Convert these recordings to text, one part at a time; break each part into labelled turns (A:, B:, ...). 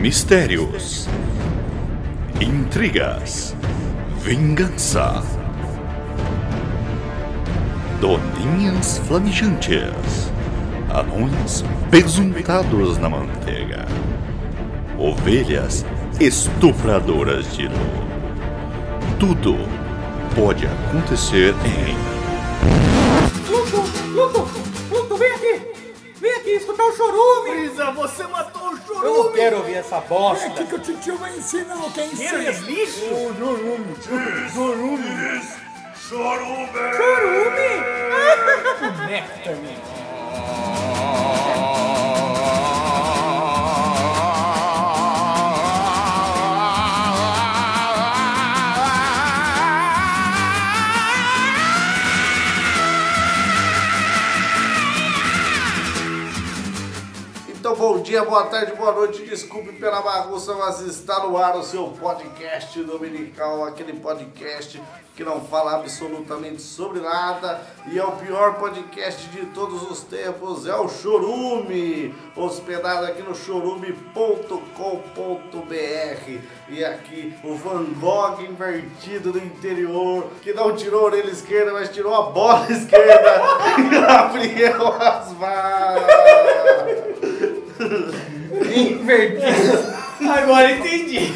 A: Mistérios, intrigas, vingança, doninhas flamijantes, anões pesuntados na manteiga, ovelhas estupradoras de luz. Tudo pode acontecer em
B: Pluto, Pluto, Pluto, vem aqui! Vem aqui escutar o chorume!
C: Isa, você matou o chorume!
D: Eu não quero ouvir essa
E: É aqui
D: bosta.
E: que o titio vai ensinar o que é
C: Esse
E: ensino.
C: lixo!
D: O Jurume.
B: Chorume!
C: Então, bom dia, boa tarde, boa noite. Desculpe pela bagunça, mas está no ar o seu podcast dominical, aquele podcast que não fala absolutamente sobre nada e é o pior podcast de todos os tempos, é o Chorume, hospedado aqui no chorume.com.br. E aqui o Van Gogh invertido do interior, que não tirou a orelha esquerda, mas tirou a bola esquerda, Gabriel Asmar.
D: Invertido. Agora entendi.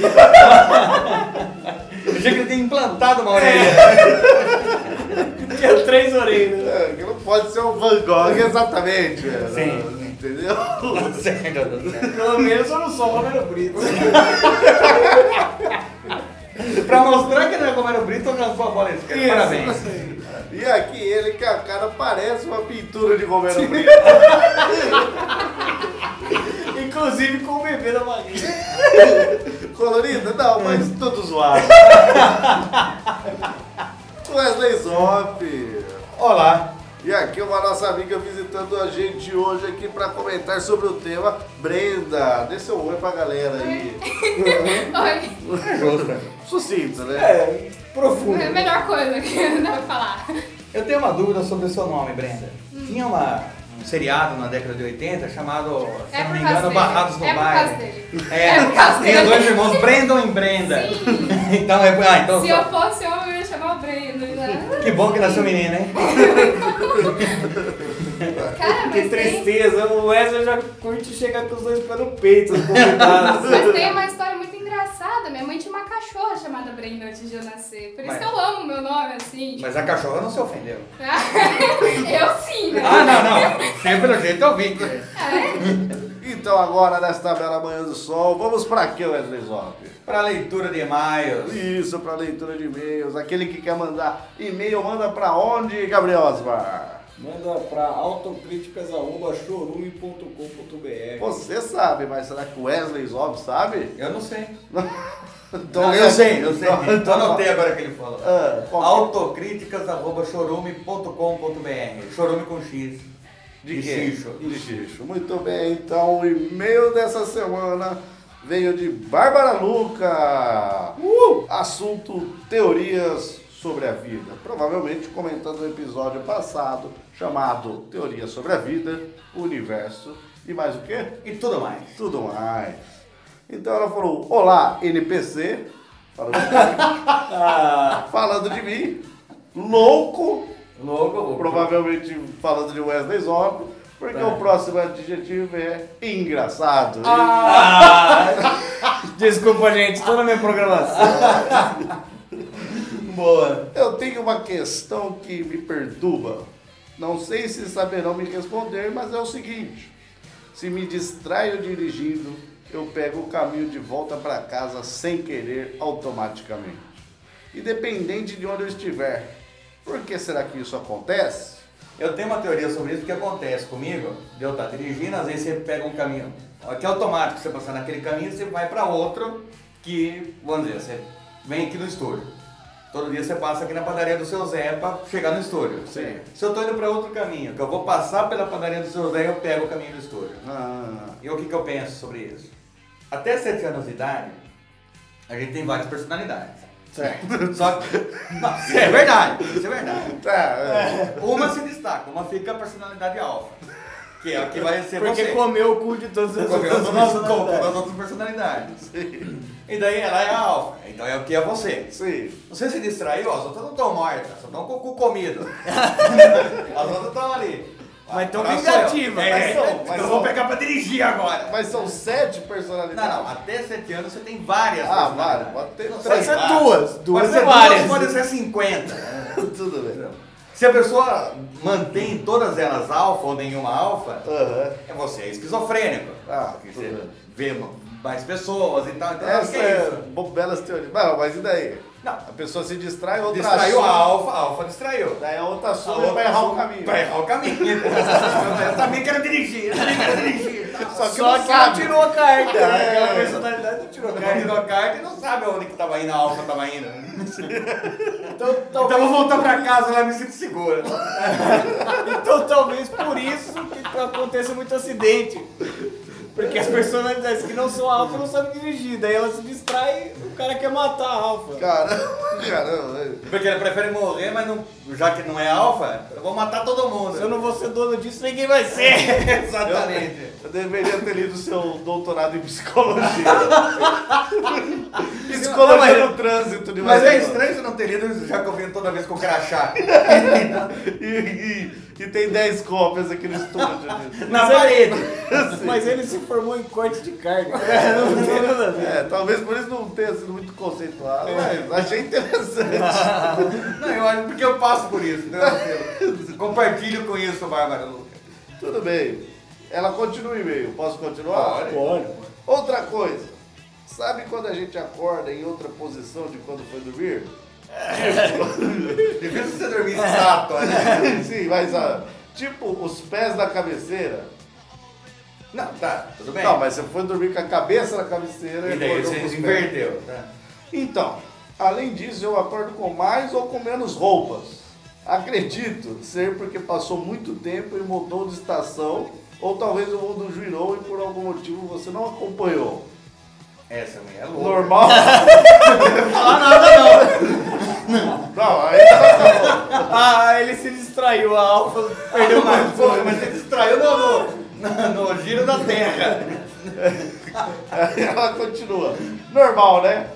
D: Eu achei que ele tinha implantado uma orelha.
B: É.
D: Tinha três orelhas.
C: É, que não pode ser o Van Gogh exatamente. é,
D: Sim.
C: Entendeu?
D: Certo, certo.
B: Pelo menos eu não sou um o Romero Brito.
D: Pra mostrar que não é como era o Brito, alcançou a bola esquerda. Parabéns.
C: E aqui ele que a cara parece uma pintura de Romero Brito.
B: Inclusive com o bebê na barriga.
C: Colorida? Não, mas todo zoado. Wesley Zop.
D: Olá.
C: E aqui uma nossa amiga visitando a gente hoje aqui pra comentar sobre o tema. Brenda, dê seu oi pra galera aí.
F: Oi,
D: Justa.
C: Sucinta, né?
D: É, profundo.
F: é a melhor coisa que dá pra falar.
D: Eu tenho uma dúvida sobre o seu nome, Brenda.
F: Hum.
D: Tinha uma, um seriado na década de 80 chamado, se
F: É
D: não
F: por
D: me
F: causa
D: engano,
F: dele.
D: Barrados no
F: É por
D: Baile.
F: causa dele.
D: É,
F: É por causa
D: tinha
F: dele.
D: dois irmãos, Brandon e Brenda.
F: Sim.
D: Então, é, ah, então
F: Se eu fosse homem, eu ia chamar o Breno. né?
D: que bom que nasceu menina, hein?
F: Cara,
B: Que
F: Ah, mas tem,
B: tristeza, o Wesley já curte chegar com os dois pés no peito, os convidados.
F: mas tem uma história muito engraçada. Minha mãe tinha uma cachorra chamada Breno antes de eu nascer. Por isso
D: Mas-
F: que eu amo meu nome, assim.
D: Mas a cachorra não se ofendeu.
F: eu sim, né? É,
D: Ah, não, não. Sempre pelo jeito eu vi.
C: Então agora, nesta bela manhã do sol, vamos pra que, Wesley Zop?
D: Pra leitura de e-mails.
C: Isso, para leitura de e-mails. Aquele que quer mandar e-mail, manda para onde, Gabriel Osmar?
G: Manda pra autocríticas.chorume.com.br
C: Você sabe, mas será que o Wesley Zob sabe?
D: Eu não sei.
C: Então,
D: Não, Ah, eu sei, eu sei. Então
C: não
D: anotei agora que ele falou.
C: Ah, qual que-
D: autocríticas.chorume.com.br Chorume com X.
C: De quê?
D: xixo.
C: De xixo. Muito bem, então o e-mail dessa semana veio de Bárbara Luca. Assunto teorias sobre a vida. Provavelmente comentando o episódio passado chamado Teoria sobre a Vida, o Universo e mais o quê?
D: E tudo mais.
C: Tudo mais. Então ela falou: Olá, NPC. Falando de mim. falando de mim. Louco.
D: Logo,
C: Provavelmente falando de Wesley Zop. Porque
D: É.
C: o próximo adjetivo é engraçado.
D: Ah!
B: Desculpa, gente, tô na minha programação.
D: boa.
C: Eu tenho uma questão que me perturba. Não sei se saberão me responder, mas é o seguinte: se me distraio dirigindo, eu pego o caminho de volta para casa sem querer automaticamente, independente de onde eu estiver. Por que será que isso acontece?
D: Eu tenho uma teoria sobre isso que acontece comigo. De eu estar dirigindo, às vezes você pega um caminho ó, que é automático. Você passar naquele caminho, você vai para outro que, vamos dizer, você vem aqui no estúdio. Todo dia você passa aqui na padaria do seu Zé para chegar no estúdio.
C: Sim.
D: Se eu tô indo para outro caminho, que eu vou passar pela padaria do seu Zé, eu pego o caminho do estúdio.
C: Ah,
D: E o que, que eu penso sobre isso? Até 7 anos de idade, a gente tem várias personalidades.
C: certo.
D: Só que. Não, isso é verdade, isso é verdade.
C: Tá, é.
D: Uma se destaca, uma fica a personalidade alfa. Que é o que vai ser
H: Porque
D: você.
H: comeu o cu de todas as
C: é
D: Porque eu
H: outras
D: sou nosso
H: personalidades.
D: topo das outras personalidades. E daí ela é a alfa. Então é o que é você.
C: Sim.
D: Você se distraiu, as outras não estão mortas, só estão com o cu comido. as outras estão ali.
H: Mas tão
D: Agora sou eu.
H: vingativa,
D: É,
H: mas são,
D: então
C: mas
D: eu
C: são.
D: vou pegar pra dirigir agora.
C: Mas são sete
D: Não,
C: personalidades.
D: não, até 7 anos você tem várias
C: Ah,
D: personalidades.
C: várias, pode ter
D: Não,
C: três.
D: sei lá.
H: Pode ser duas, duas
D: Pode ser
H: é várias.
D: pode ser 50.
C: Tudo bem.
D: Se a pessoa mantém todas elas alfa ou nenhuma alfa,
C: Aham.
D: é você é esquizofrênico.
C: Ah,
D: Porque
C: tudo
D: você
C: bem.
D: vê mais pessoas e tal. Então,
C: Essa
D: que é
C: é
D: isso?
C: bo- belas teorias. Mas, mas e daí?
D: Não.
C: A pessoa se distrai, outra
D: Distraiu a
C: assume.
D: alfa, a alfa distraiu.
C: Daí a outra
D: A
C: assume
D: outra
C: vai errar o
D: assume-
C: caminho.
D: Vai errar o caminho. Eu também quero dirigir, eu também quero dirigir.
C: Só que
H: Só
C: não
H: que ela
C: sabe.
H: tirou a carta. né?
C: É.
H: Aquela personalidade não tirou a
D: Ele
H: carta.
D: tirou a carta e não sabe onde que tava indo, a alfa tava indo.
H: Então,
D: Então
H: talvez,
D: vou voltar pra casa, lá me sinto segura.
H: então talvez por isso que aconteça muito acidente. Porque as personalidades que não são alfa não sabem dirigir. Daí ela se distrai e o cara quer matar a alfa.
C: Caramba, caramba.
D: Porque ele prefere morrer, mas não, já que não é alfa, eu vou matar todo mundo.
H: Se eu não vou ser dono disso, ninguém vai ser.
D: Exatamente.
C: Eu deveria ter lido seu doutorado em psicologia.
H: Não,
C: psicologia
H: mas-
C: do trânsito de
D: Mas é
C: Maceió.
D: estranho você não ter lido já que eu venho toda vez com crachá.
C: E, e- e tem 10 cópias aqui no estúdio.
D: Na parede.
H: é Mas ele se formou em corte de carne. Não tem nada a ver.
C: É, talvez por isso não tenha sido muito conceituado, mas achei interessante.
D: Não, eu acho porque eu passo por isso. Então eu compartilho com isso, Bárbara Luca.
C: Tudo bem. Ela continua o e-mail. Posso continuar?
D: Pode.
C: Outra coisa. Sabe quando a gente acorda em outra posição de quando foi dormir?
D: Difícil você dormir
H: É.
D: estátua, né?
C: Sim, mas ah, tipo os pés na cabeceira.
D: Não, tá, tudo bem.
C: Não, mas você foi dormir com a cabeça na cabeceira
D: E daí
C: acordou
D: você
C: com os pés.
D: inverteu. tá?
C: Então, além disso, eu acordo com mais ou com menos roupas. Acredito ser porque passou muito tempo e mudou de estação, ou talvez o mundo girou e por algum motivo você não acompanhou.
D: Essa mulher é louca.
C: Normal?
H: Ah, nada não.
C: Não, aí tá
H: Ah, ele se distraiu, a alfa perdeu mais.
D: Pô, mas você distraiu no, no, no giro da terra.
C: Aí ela continua. Normal, né?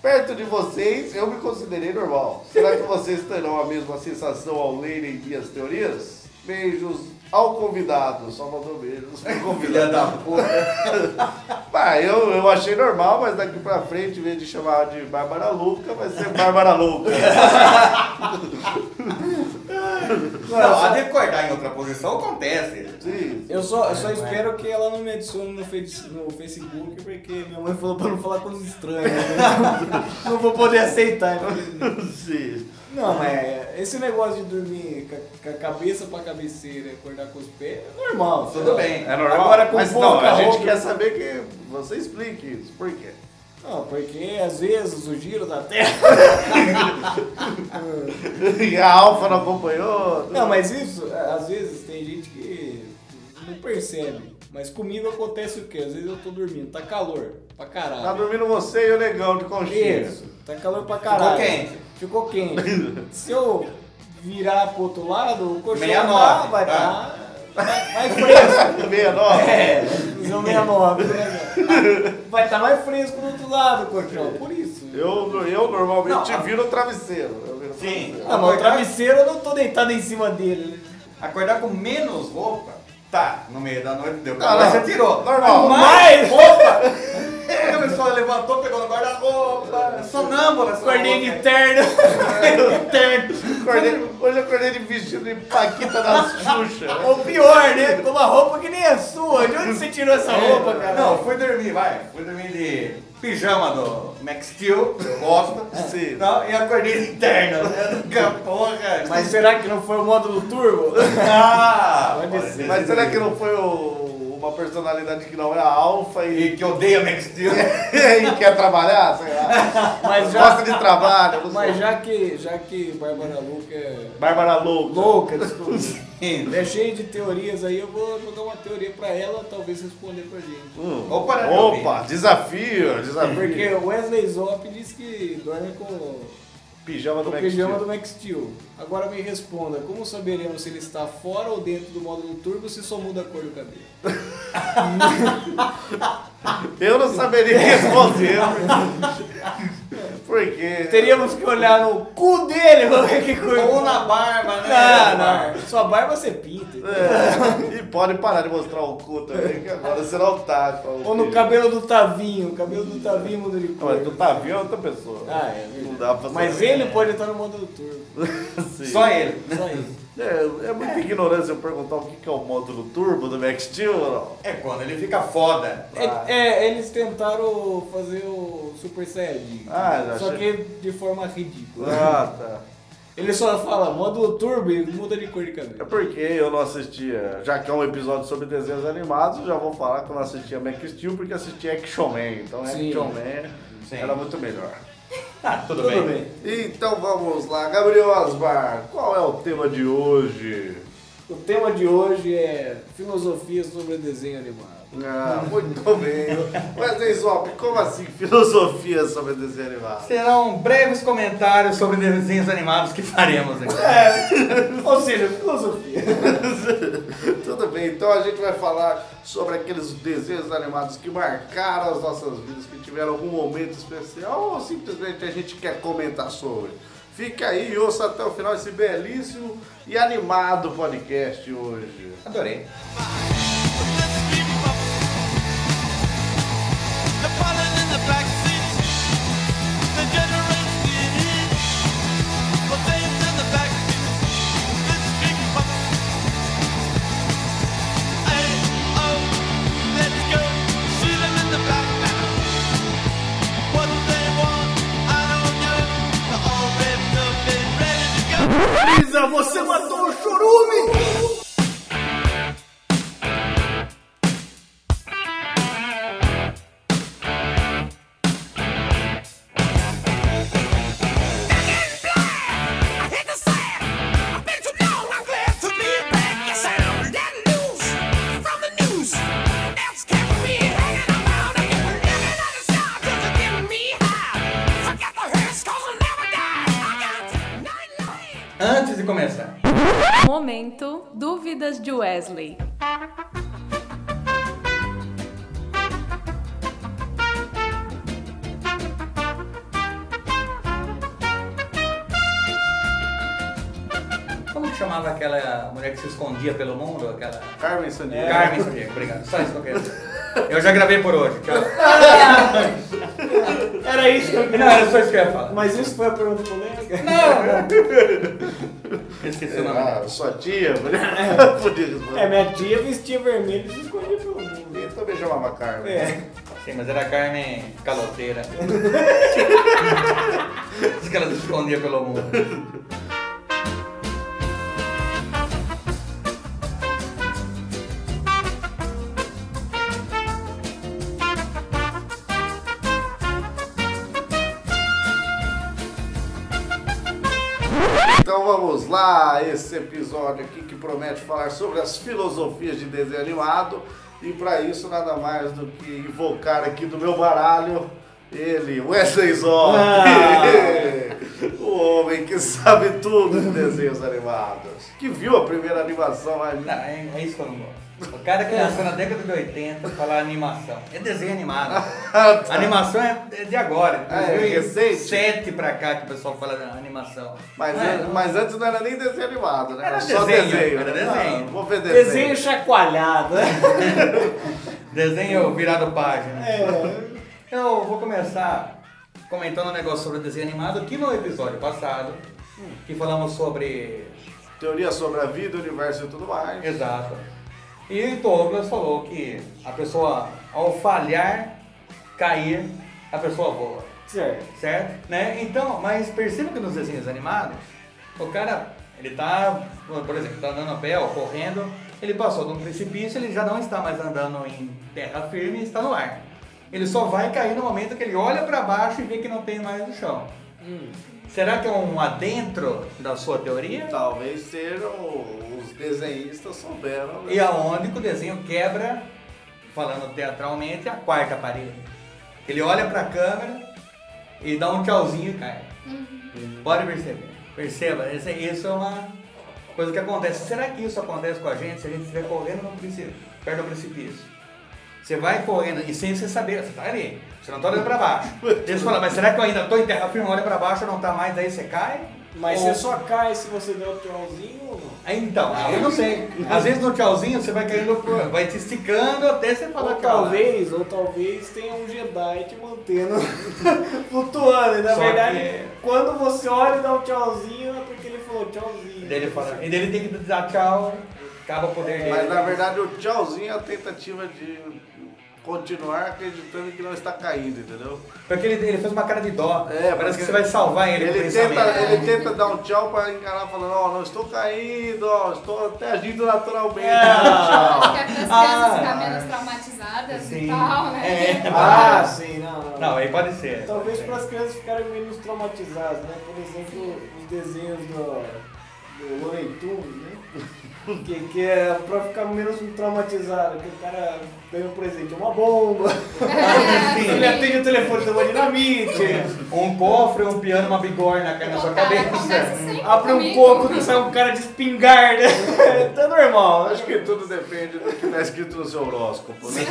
C: Perto de vocês, eu me considerei normal. Será que vocês terão a mesma sensação ao lerem minhas teorias? Beijos ao convidado. Só mandou beijos pro
D: Filha
C: convidado.
D: da puta.
C: Bah, eu, eu achei normal, mas daqui pra frente, em vez de chamar de Bárbara Louca, vai ser Bárbara Louca.
D: Não, a de acordar em outra posição acontece.
C: Sim.
H: Eu só, eu só
F: é.
H: espero que ela não me adicione no, face, no Facebook, porque minha mãe falou pra não falar com os estranhos. né? não vou poder aceitar. infelizmente.
C: Sim.
H: Não, mas esse negócio de dormir com a, com a cabeça pra cabeceira e acordar com os pés é normal. sei
D: Tudo
H: lá.
D: bem.
C: É normal.
H: Agora com
C: mas não,
H: pouca
C: a gente
H: roupa.
C: quer saber que é assim. você explique isso. Por quê?
H: Não, porque às vezes o giro da terra.
C: E a Alfa não acompanhou?
H: Não, mas isso, é, às vezes tem gente que não percebe. Mas comigo acontece o quê? Às vezes eu tô dormindo, tá calor pra caralho.
C: Tá dormindo você e o negão de conchinha.
H: Isso, tá calor pra caralho.
D: quente.
H: Ficou quente. Se eu virar pro outro lado, o colchão
D: Meia
H: tá,
D: nove,
H: vai
D: tá?
H: tá. vai- vai fresco.
C: Meia nova.
H: É, usou 69, né? Vai estar mais fresco do outro lado, colchão. Por isso.
C: Eu, eu normalmente
D: Não, a-
C: viro o travesseiro. Eu viro o
D: Sim.
C: travesseiro.
H: Ah, mas o travesseiro eu não tô deitado em cima dele. né?
D: Acordar com menos roupa, tá, no meio da noite deu
C: Tá,
D: calor,
C: não.
D: você tirou.
C: Normal.
H: Mas,
D: Aí a pessoa levantou, pegou no guarda-roupa, sonâmbula. essa
H: corninho
D: louca.
H: de terno. de terno.
C: Acordei- hoje eu acordei de vestido de Paquita da Xuxa.
H: Ou pior, né? Com uma roupa que nem é sua. De onde você tirou essa roupa, cara?
D: Não, fui dormir, vai. Fui dormir de pijama do Max Steel, que eu gosto.
C: Sim.
D: Não, e acordei de interno. né? Que porra.
H: Mas será que não foi o módulo turbo?
D: Ah,
H: Pode
D: pode
H: ser.
D: ser.
C: Mas será que não foi o- uma personalidade que não é a Alfa e
D: E que odeia Max Steel.
C: e quer trabalhar, sei lá.
H: Mas já,
C: Gosta de trabalho, não
H: mas
C: sei.
H: já que, já que Bárbara Louca é
C: Bárbara Louca.
H: louca, desculpa, é cheia de teorias aí, eu vou jogar uma teoria pra ela, talvez responder pra gente.
C: Hum.
D: Vou
H: né,
D: parar de ouvir.
C: Opa, desafio, desafio.
H: Porque o Wesley Zop disse que dorme com
C: Pijama do
H: O
C: Max
H: pijama
C: Steel.
H: é do Max Steel. Agora me responda, como saberemos se ele está fora ou dentro do módulo turbo se só muda a cor do cabelo?
C: Eu não saberia responder. Porque.
H: Teríamos que olhar no cu dele pra ver que cor.
D: Ou na barba, né?
H: Não, não. Sua barba você pinta.
C: É, e pode parar de mostrar o cu também, que agora você não tá. com o
H: Ou no
C: pijama.
H: cabelo do Tavinho. O cabelo do Tavinho muda de
C: Não, mas tu
H: cor.
C: tá vendo outra pessoa.
H: Ah, é. verdade.
C: Não dá pra saber.
H: Mas ele pode estar no módulo turbo.
C: Sim.
D: Só ele.
H: Só isso.
C: É, é muita ignorância eu perguntar o que que é o módulo turbo do Max Steel, não.
D: É quando ele fica foda.
H: É, é, eles tentaram fazer o Super Saiyajin.
C: Ah, eu
H: só
C: achei-
H: que de forma ridícula.
C: Ah, tá.
H: Ele só fala módulo turbo e muda de cor de
C: É
H: cabelo.
C: porque eu não assistia. Já que é um episódio sobre desenhos animados, já vou falar que eu não assistia Max Steel porque assistia Action Man. Então
H: Sim.
C: Action Man
D: Sim.
C: era muito melhor.
D: Tá, tudo,
H: Tudo
D: bem.
H: bem.
C: Então vamos lá, Gabriel Osmar, qual é o tema de hoje?
H: O tema de hoje é filosofia sobre desenho animado.
C: Ah, muito bem. Wesley Zop, como assim filosofia sobre desenho animado?
D: Serão breves comentários sobre desenhos animados que faremos aqui.
H: Ou seja, É filosofia.
C: Tudo bem, então a gente vai falar sobre aqueles desenhos animados que marcaram as nossas vidas, que tiveram algum momento especial ou simplesmente a gente quer comentar sobre. Fica aí e ouça até o final esse belíssimo e animado podcast hoje.
D: Adorei.
C: Lisa, você matou o chorume!
D: Antes de começar,
I: Momento Dúvidas de Wesley.
D: como que chamava aquela mulher que se escondia pelo mundo? Aquela.
C: Carmen Sandiego.
H: É.
D: Carmen Sandiego, obrigado. Só isso que eu queria dizer. Eu já gravei por hoje, tchau.
H: Era isso que eu
D: Não, era só isso que eu ia falar.
H: Mas isso foi a pergunta polêmica?
D: Eu Esqueci o nome.
C: Ah, sua tia, mulher. Podia responder.
H: É, minha tia vestia vermelho e se escondia pelo mundo.
C: Eu também chamava Carmen.
H: É.
D: Sim, mas era a Carmen caloteira. Diz que ela se escondia pelo mundo.
C: Então vamos lá, esse episódio aqui que promete falar sobre as filosofias de desenho animado. E para isso, nada mais do que invocar aqui do meu baralho ele, Wesley Zop,
D: Ah.
C: o homem que sabe tudo de desenhos animados, que viu a primeira animação lá
D: Não, é, é isso que eu não gosto. O cara que nasceu na década de 80 falar animação. É desenho animado. Animação é é de agora.
C: Ah, é recente?
D: 2007 pra cá que o pessoal fala de animação.
C: Mas,
D: É,
C: an- mas antes não era nem desenho animado, né?
D: Era
C: só
D: desenho,
C: desenho.
D: era
C: né?
D: desenho.
C: Ah, vou ver desenho.
H: Desenho chacoalhado. né?
D: Desenho virado página.
C: É.
D: Eu vou começar comentando um negócio sobre desenho animado que no episódio passado, que falamos sobre
C: Teoria sobre a vida, o universo e tudo mais.
D: Exato. E Douglas falou que a pessoa, ao falhar, cair, a pessoa voa.
H: Certo.
D: Certo? Né? Então, mas perceba que nos desenhos animados, o cara, ele tá, por exemplo, tá andando a pé, ó, correndo, ele passou de um precipício, ele já não está mais andando em terra firme, está no ar. Ele só vai cair no momento que ele olha para baixo e vê que não tem mais no chão. Será que é um adentro da sua teoria?
C: Talvez sejam os desenhistas souberam. né?
D: E aonde que o desenho quebra, falando teatralmente, a quarta parede. Ele olha pra câmera e dá um tchauzinho e cai. Pode perceber. Perceba, esse- isso é uma coisa que acontece. Será que isso acontece com a gente se a gente estiver correndo num precipício, perto do precipício? Você vai correndo e sem você saber, você tá ali. Você não tá olhando pra baixo. Aí Você fala, mas será que eu ainda tô em terra firme? Olha pra baixo, não tá mais, aí você cai?
H: Mas
D: Ou-
H: você só cai se você der o tchauzinho ou não?
D: Aí, Então, eu não sei. Às vezes no tchauzinho você vai caindo, pro- vai te esticando até você falar né?
H: Ou
D: "Cara,
H: talvez, ou talvez tenha um Jedi te mantendo flutuando. E na
D: Só
H: verdade,
D: que-
H: quando você olha e dá o tchauzinho, é porque ele falou tchauzinho.
D: Daí ele fala, e daí ele tem que dar tchau, acaba o poder dele.
C: Mas na verdade o tchauzinho é a tentativa de continuar acreditando que não está caindo, entendeu?
D: Porque ele, ele fez uma cara de dó.
C: É,
D: Parece
C: porque-
D: que você vai salvar ele, com o
C: Ele
D: pensamento.
C: tenta, ele tenta dar um tchau para encarar falando, ó, não estou caindo, ó, estou até agindo naturalmente.
D: É.
C: Tchau.
F: Porque as crianças
D: Ah.
F: ficam menos traumatizadas
D: Sim.
F: e tal, né?
D: É.
H: Ah, sim, não. não.
D: Não, aí pode ser.
H: Talvez
D: Pode
H: para as crianças ficarem menos traumatizadas, né? Por exemplo, os desenhos do, do Looney Tunes, né? Que, que é pra ficar menos traumatizado, que o cara ganha um presente, uma bomba,
F: assim, É,
H: ele
F: então,
H: atende o telefone de uma dinamite,
D: ser. Um cofre, um piano, uma bigorna cai na sua
F: Pô, cara, acontece
D: cabeça.
F: sempre
H: abre um
F: comigo.
H: coco, sai um cara de espingarda. tá normal,
C: Acho que tudo depende do que está escrito no seu horóscopo, né?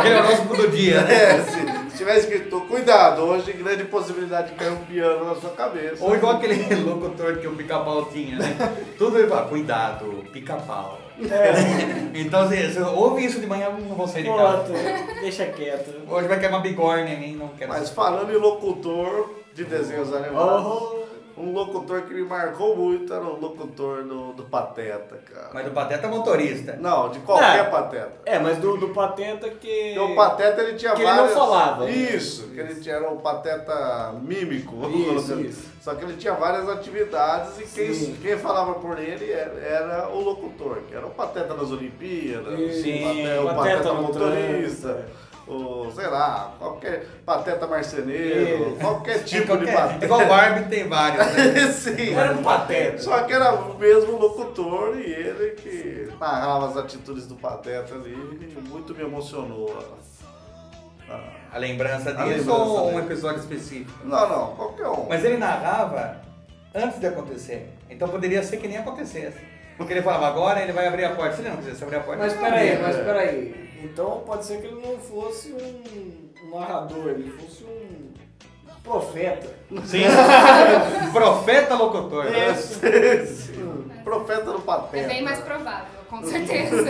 D: Aquele horóscopo do dia, né?
C: É, se, se tiver escrito, cuidado, hoje grande possibilidade de cair um piano na sua cabeça.
D: Ou igual aquele locutor que o pica-pau tinha, né? Tudo ele fala, cuidado, pica-pau.
C: É.
D: Então, assim, você ouve isso de manhã, eu não vou sair de casa.
H: Pronto, deixa quieto.
D: Hoje vai cair uma bigorna em mim, não quero
C: Mas falando em locutor de desenhos animados,
D: Oh.
C: um locutor que me marcou muito era o locutor do, do Pateta, cara.
D: Mas o Pateta é motorista.
C: Não, de qualquer
H: Ah.
C: Pateta.
H: É, mas do, do Patenta que...
C: Porque o Pateta ele tinha
H: Que ele não
C: várias.
H: falava.
C: Isso, que ele tinha, era o Pateta mímico. assim.
H: Isso, isso.
C: Só que ele tinha várias atividades e quem,
H: Sim.
C: quem falava por ele era, era o locutor, que era o Pateta nas Olimpíadas,
H: Sim,
C: o Pateta, o
H: Pateta
C: pateta
H: no trânsito.
C: motorista.
H: é.
C: O, sei lá, qualquer pateta marceneiro,
H: Isso.
C: qualquer tipo
D: Igual-
C: de
D: é,
C: pateta.
D: Igual o Barbie tem vários, né?
C: Sim.
H: Era um Pateta.
C: Só que era o mesmo locutor e ele que narrava as atitudes do Pateta ali. e Muito me emocionou. a- a-
D: A lembrança
C: A
D: disso
C: lembrança
D: ou um
C: dele.
D: episódio específico?
C: Não, não, qualquer um.
D: Mas ele narrava antes de acontecer. Então poderia ser que nem acontecesse. Porque ele falava agora, ele vai abrir a porta. Se ele não quisesse abrir a porta,
H: Mas
D: ele não
H: peraí,
D: abria.
H: mas peraí. Então pode ser que ele não fosse um um narrador, ele fosse um profeta.
D: Sim. Profeta locutor. né?
C: Profeta do Pateta.
F: É bem mais provável, com certeza.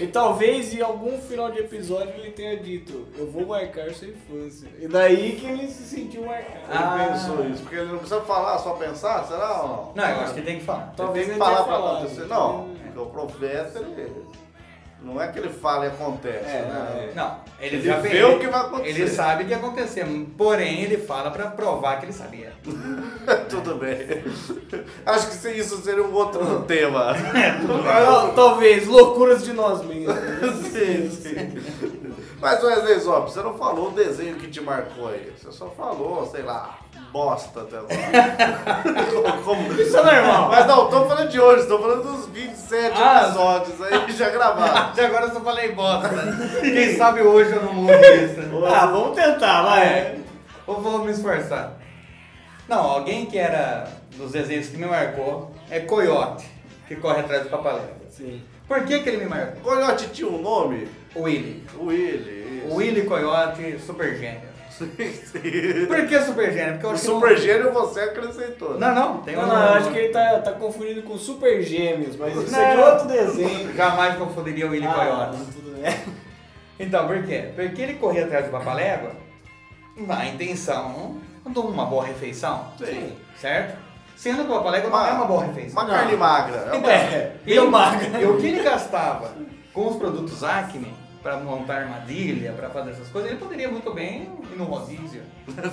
H: E talvez em algum final de episódio ele tenha dito, eu vou marcar sua infância. E daí que ele se sentiu marcado.
C: Ele pensou isso, porque ele não precisa falar, só pensar, será? Não,
D: Não, eu acho que tem que falar.
H: Talvez
C: tem
H: ele
C: que
H: tenha
C: falar pra
H: falado. Hum, é.
C: acontecer. Não, porque o profeta, ele. Não é que ele fala e acontece,
H: É,
C: né?
H: é.
D: Não, ele,
C: Ele
D: já
C: vê
D: ele-
C: o que vai acontecer.
D: Ele sabe o que ia acontecer, porém ele fala pra provar que ele sabia.
C: Tudo bem. Acho que se- isso seria um outro tema.
H: É, Tal- Ah, Talvez, loucuras de nós mesmos.
C: sim, sim. Mas Wesley Zop, você não falou o desenho que te marcou aí. Você só falou, sei lá, bosta até agora. Como-
H: Isso é normal.
C: Mas não, tô falando de hoje, tô falando dos 27
D: Ah.
C: episódios aí já gravados.
D: Até agora eu só falei bosta. Quem sabe hoje eu não mudo isso.
H: Ah, vamos tentar, vai.
D: Eu vou me esforçar. Não, alguém que era dos desenhos que me marcou é Coyote, que corre atrás do papalé.
H: Sim.
D: Por que, que ele me marcou?
C: Coyote tinha um nome?
D: Willy.
C: Willy. isso.
D: Willy Coyote, super gênio.
C: Sim, sim.
D: Por que super gênio? Porque eu
C: O
D: acho que
C: super
D: não-
C: gênio você acrescentou. né?
D: Não, não, tem
H: Não,
D: um.
H: não, eu acho que ele tá, tá confundindo com Super Gêmeos, mas isso é de
D: Não.
H: outro desenho. Ah,
D: Jamais confundiria o Willy
C: Ah.
D: Coyote.
H: tudo
C: É.
H: bem.
D: Então, por quê? Porque ele corria atrás do papalégua na intenção de uma boa refeição.
C: Sim.
D: Certo? Sendo que o papalégua não é uma boa refeição.
C: Uma carne magra. É uma-
D: É,
H: E o magra?
D: E o que ele gastava com os produtos Acme pra montar armadilha, pra fazer essas coisas, ele poderia muito bem ir no rodízio.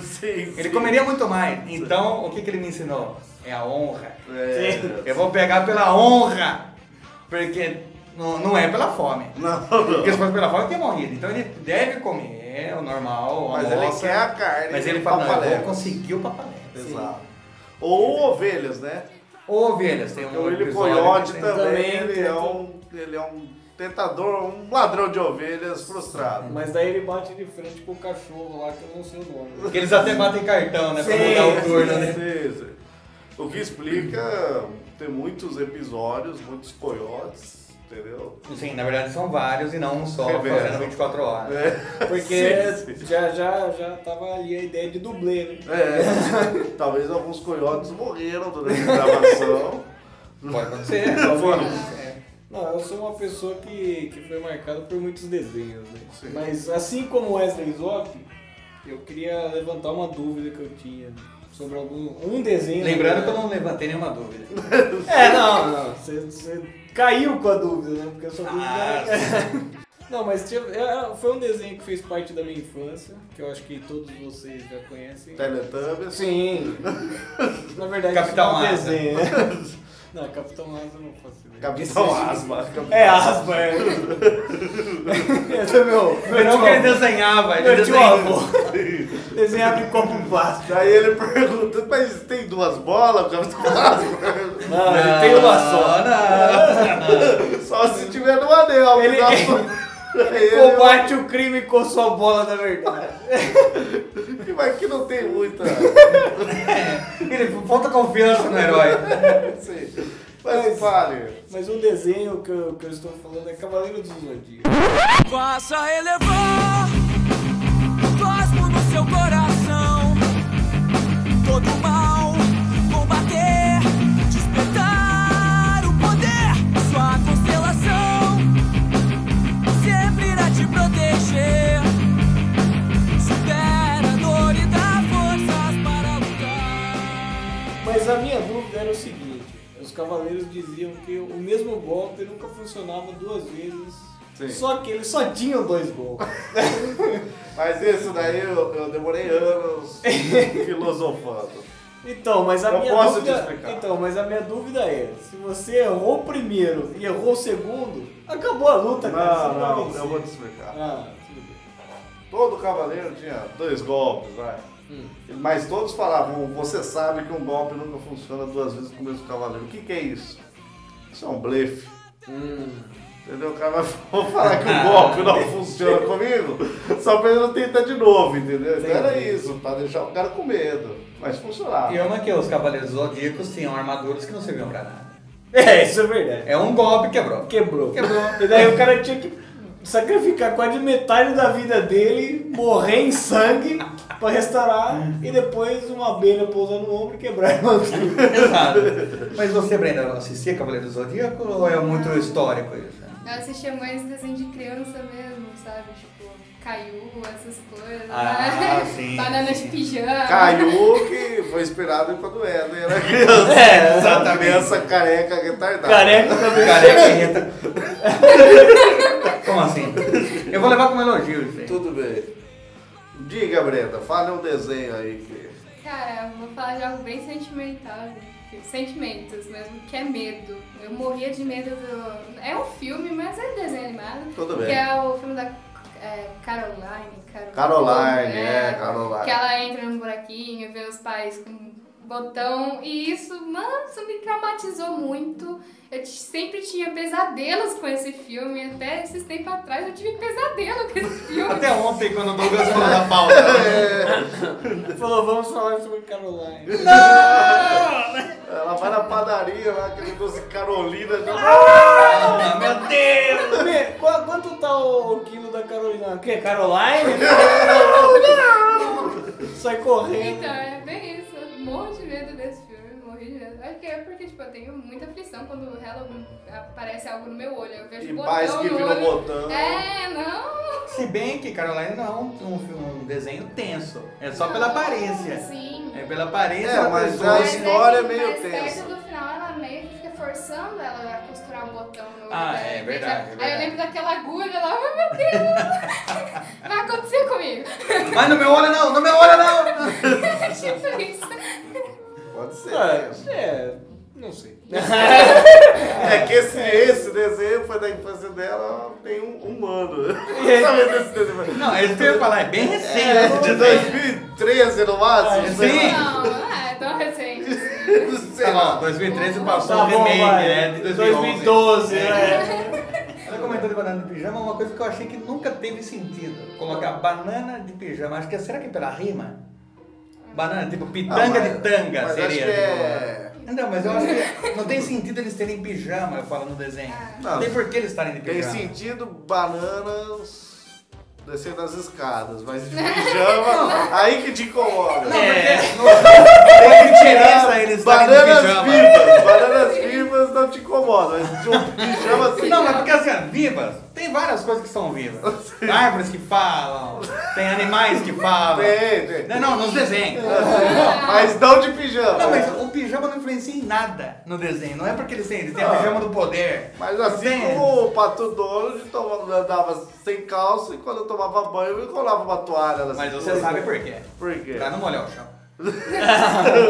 C: Sim,
D: Ele
C: sim.
D: comeria muito mais. Então, o que, que ele me ensinou? É a honra.
C: É.
D: Eu vou pegar pela honra. Porque não, não é pela fome.
C: Não,
D: Porque
C: não.
D: se fosse pela fome, ele teria morrido. Então ele deve comer o normal, a
C: Mas ele
D: moça,
C: quer é a carne.
D: é Mas ele
C: do
D: fala, não, eu
C: papalégua.
D: vou conseguir o papalé.
C: Exato. Ou ovelhas, né?
D: Ou ovelhas, tem um
C: Então ele
D: episódio que
C: coiote
D: tem-
C: também,
H: Também
C: ele
H: tem
C: é
H: todo-
C: um. Ele é um tentador, um ladrão de ovelhas frustrado.
H: Mas daí ele bate de frente com o cachorro lá, que eu não sei o nome.
D: Porque eles até batem cartão, né? Pra
H: Sim,
D: mudar o turno, né?
C: Sim, sim. O que explica ter muitos episódios, muitos coiotes, entendeu?
D: Sim, na verdade são vários e não um só
C: Reverso.
D: fazendo 24 horas.
C: É.
H: Porque
C: Sim, sim.
H: já, já, já tava ali a ideia de dublê, né?
C: É, talvez alguns coiotes morreram durante a gravação.
D: Pode acontecer. É.
H: Não, eu sou uma pessoa que, que foi marcada por muitos desenhos, né?
C: Sim.
H: Mas assim como Wesley Zop, eu queria levantar uma dúvida que eu tinha sobre algum um desenho.
D: Lembrando que eu não levantei nenhuma dúvida.
H: É, não, não. Você, você caiu com a dúvida, né? Porque eu sou dúvida.
D: Ah,
H: era- Não, mas tinha- é, foi um desenho que fez parte da minha infância, que eu acho que todos vocês já conhecem.
D: Tá.
C: Teletubbies.
H: Sim. Na verdade,
D: Capitão
H: isso não é um
D: Asa.
H: desenho, né? Não, Capitão Asa eu não faço ideia.
C: Capitão Asma. Capitão
H: É asma, é. Esse é meu.
D: Eu não que ele desenhava, ele
H: Meu tio
C: um
H: avô.
D: desenhava.
H: Desenhava em copo plástico.
C: Daí ele pergunta, mas tem duas bolas? Capitão Asma?
H: Não, ele tem uma só.
D: Ah, Não,
C: Só se tiver no anel.
H: Ele-
C: porque dá- Aí ele-
H: Combate o crime com sua bola da verdade.
C: Mas aqui não tem muita. né?
D: Ele falta confiança no herói.
C: Sim. Mas fale.
H: Mas um desenho que eu, que eu estou falando é Cavaleiro dos Zodíaco.
E: Faça elevar Cosmo no seu coração Todo mal combater Despertar o poder Sua constelação Sempre irá te proteger Supera a dor e dá forças para lutar
H: Mas a minha dúvida era o seguinte: os cavaleiros diziam que o mesmo golpe nunca funcionava duas vezes.
C: Sim.
H: Só que eles só tinham dois golpes.
C: Mas isso daí eu, eu demorei anos filosofando.
H: Então, mas a
C: Eu
H: minha
C: posso
H: dúvida,
C: te explicar.
H: então, mas a minha dúvida é, se você errou o primeiro e errou o segundo, acabou a luta, cara. você
C: Não,
H: vai
C: não,
H: vencer.
C: eu vou te explicar.
H: Ah, tudo bem.
C: Todo cavaleiro tinha dois golpes, vai. Mas todos falavam, você sabe que um golpe nunca funciona duas vezes com o mesmo cavaleiro. O que, que é isso? Isso é um blefe. Hum. Entendeu? O cara vai vou falar que o golpe não funciona comigo, só pra ele não tentar de novo, entendeu? Então era isso, pra deixar o cara com medo. Mas funcionava.
D: E uma que os cavaleiros zodíacos tinham armaduras que não serviam pra nada.
H: É, isso é verdade.
D: É um golpe e quebrou.
H: Quebrou. E daí o cara tinha que sacrificar quase metade da vida dele, morrer em sangue pra restaurar e depois uma abelha pousar no ombro e quebrar a armadura.
D: Exato. Mas você, Brenda, assistia Cavaleiros do Zodíaco ou é muito histórico isso? né?
F: Eu assistia mais desenho de criança mesmo, sabe? Tipo, Caiu, essas coisas.
D: Ah,
F: né?
D: sim,
F: Banana
D: sim.
F: de pijama.
C: Caiu que foi inspirado quando Edwin era criança.
H: É,
C: exatamente. Essa careca retardada.
H: Careca também.
D: Careca e reta. Como assim? Eu vou levar como elogio isso aí.
C: Tudo bem. Diga, Brenda, fale um desenho aí que.
F: Cara, eu vou falar de algo bem sentimental. né? Sentimentos mesmo, que é medo. Eu morria de medo do. É um filme, mas é desenho animado.
C: Tudo bem.
F: Que é o filme da é, Caroline. Carol-
C: Caroline, é, Caroline.
F: Que ela entra num buraquinho, vê os pais com botão. E isso, mano, isso me traumatizou muito. Eu t- sempre tinha pesadelos com esse filme. Até esses tempos atrás eu tive pesadelo com esse filme.
D: Até ontem, quando o Douglas falou da pauta.
H: Falou, vamos falar sobre Caroline.
C: Ela vai na padaria lá, aquele doce Carolina já.
D: Ah, meu Deus!
H: Fê, qu- quanto tá o, o quilo da Carolina? O quê? Caroline? Sai correndo.
F: Então, é bem isso. Eu morro de medo desse filme, morri de medo. Acho que é porque, tipo, eu tenho muita aflição quando rela algum- aparece algo no meu olho. Eu vejo
C: E
F: botão
C: pais que
F: no
C: viram
F: olho.
C: botão.
F: É, não.
D: Se bem que Caroline não é um, um filme- um desenho tenso. É só pela aparência.
F: Sim.
D: É pela aparência
C: É,
D: da
C: mas
D: pessoa.
C: a história é
F: que
C: meio
F: mais
C: tensa.
F: perto do final, ela meio que fica forçando ela a costurar um botão no olho.
D: Ah,
F: dela.
D: é verdade, é
F: Aí eu
D: verdade.
F: lembro daquela agulha lá, ai meu Deus, vai acontecer comigo.
D: Mas no meu olho não, no meu olho não!
F: tipo isso.
C: Pode ser.
H: Ah, é, não sei.
C: É que esse, esse desenho foi da infância dela, tem um, um ano. Sabe desse desenho?
D: Não, é isso que eu ia falar, é bem recente.
C: É,
D: né?
C: de 2013 no máximo?
D: Ah,
C: sei
D: sim.
C: lá.
F: Não, não é tão recente.
C: Sei
D: Tá
C: lá.
D: bom, 2013 passou
H: Tá
D: o
H: bom,
D: remake,
H: vai.
D: né? De 2011.
H: 2012, é.
D: Olha como a brincadeira de banana de pijama é uma coisa que eu achei que nunca teve sentido. Colocar banana de pijama. Acho que é, será que é pela rima? Banana, tipo pitanga
C: Ah, mas-
D: de tanga
C: mas
D: seria. tipo, né?
C: acho que é-
D: Não, mas eu acho que não tem sentido eles terem pijama, eu falo no desenho. Não,
C: Não.
D: Ah. tem por que eles estarem de
C: Tem
D: pijama.
C: sentido bananas descendo as escadas, mas de pijama, aí que te incomoda.
D: É,
C: Tem
D: que tirar eles estarem de
C: bananas
D: pijama.
C: vivas. Bananas vivas não te incomoda, mas de um pijama assim.
D: Não, mas porque assim, ó, vivas, tem várias coisas que são vivas. Árvores que falam, tem animais que falam.
C: Tem, É. tem.
D: Não, não, nos desenhos.
C: Mas não de pijama.
D: Não, mas o pijama não influencia em nada no desenho. Não é porque eles têm, eles têm a
C: Ah.
D: pijama do poder.
C: Mas assim
D: Tem-
C: como o Pato Donald tomava- andava sem calça e quando eu tomava banho eu colava uma toalha. nas
D: Mas você
C: costas.
D: sabe por quê.
C: Por quê?
D: Pra não molhar o chão.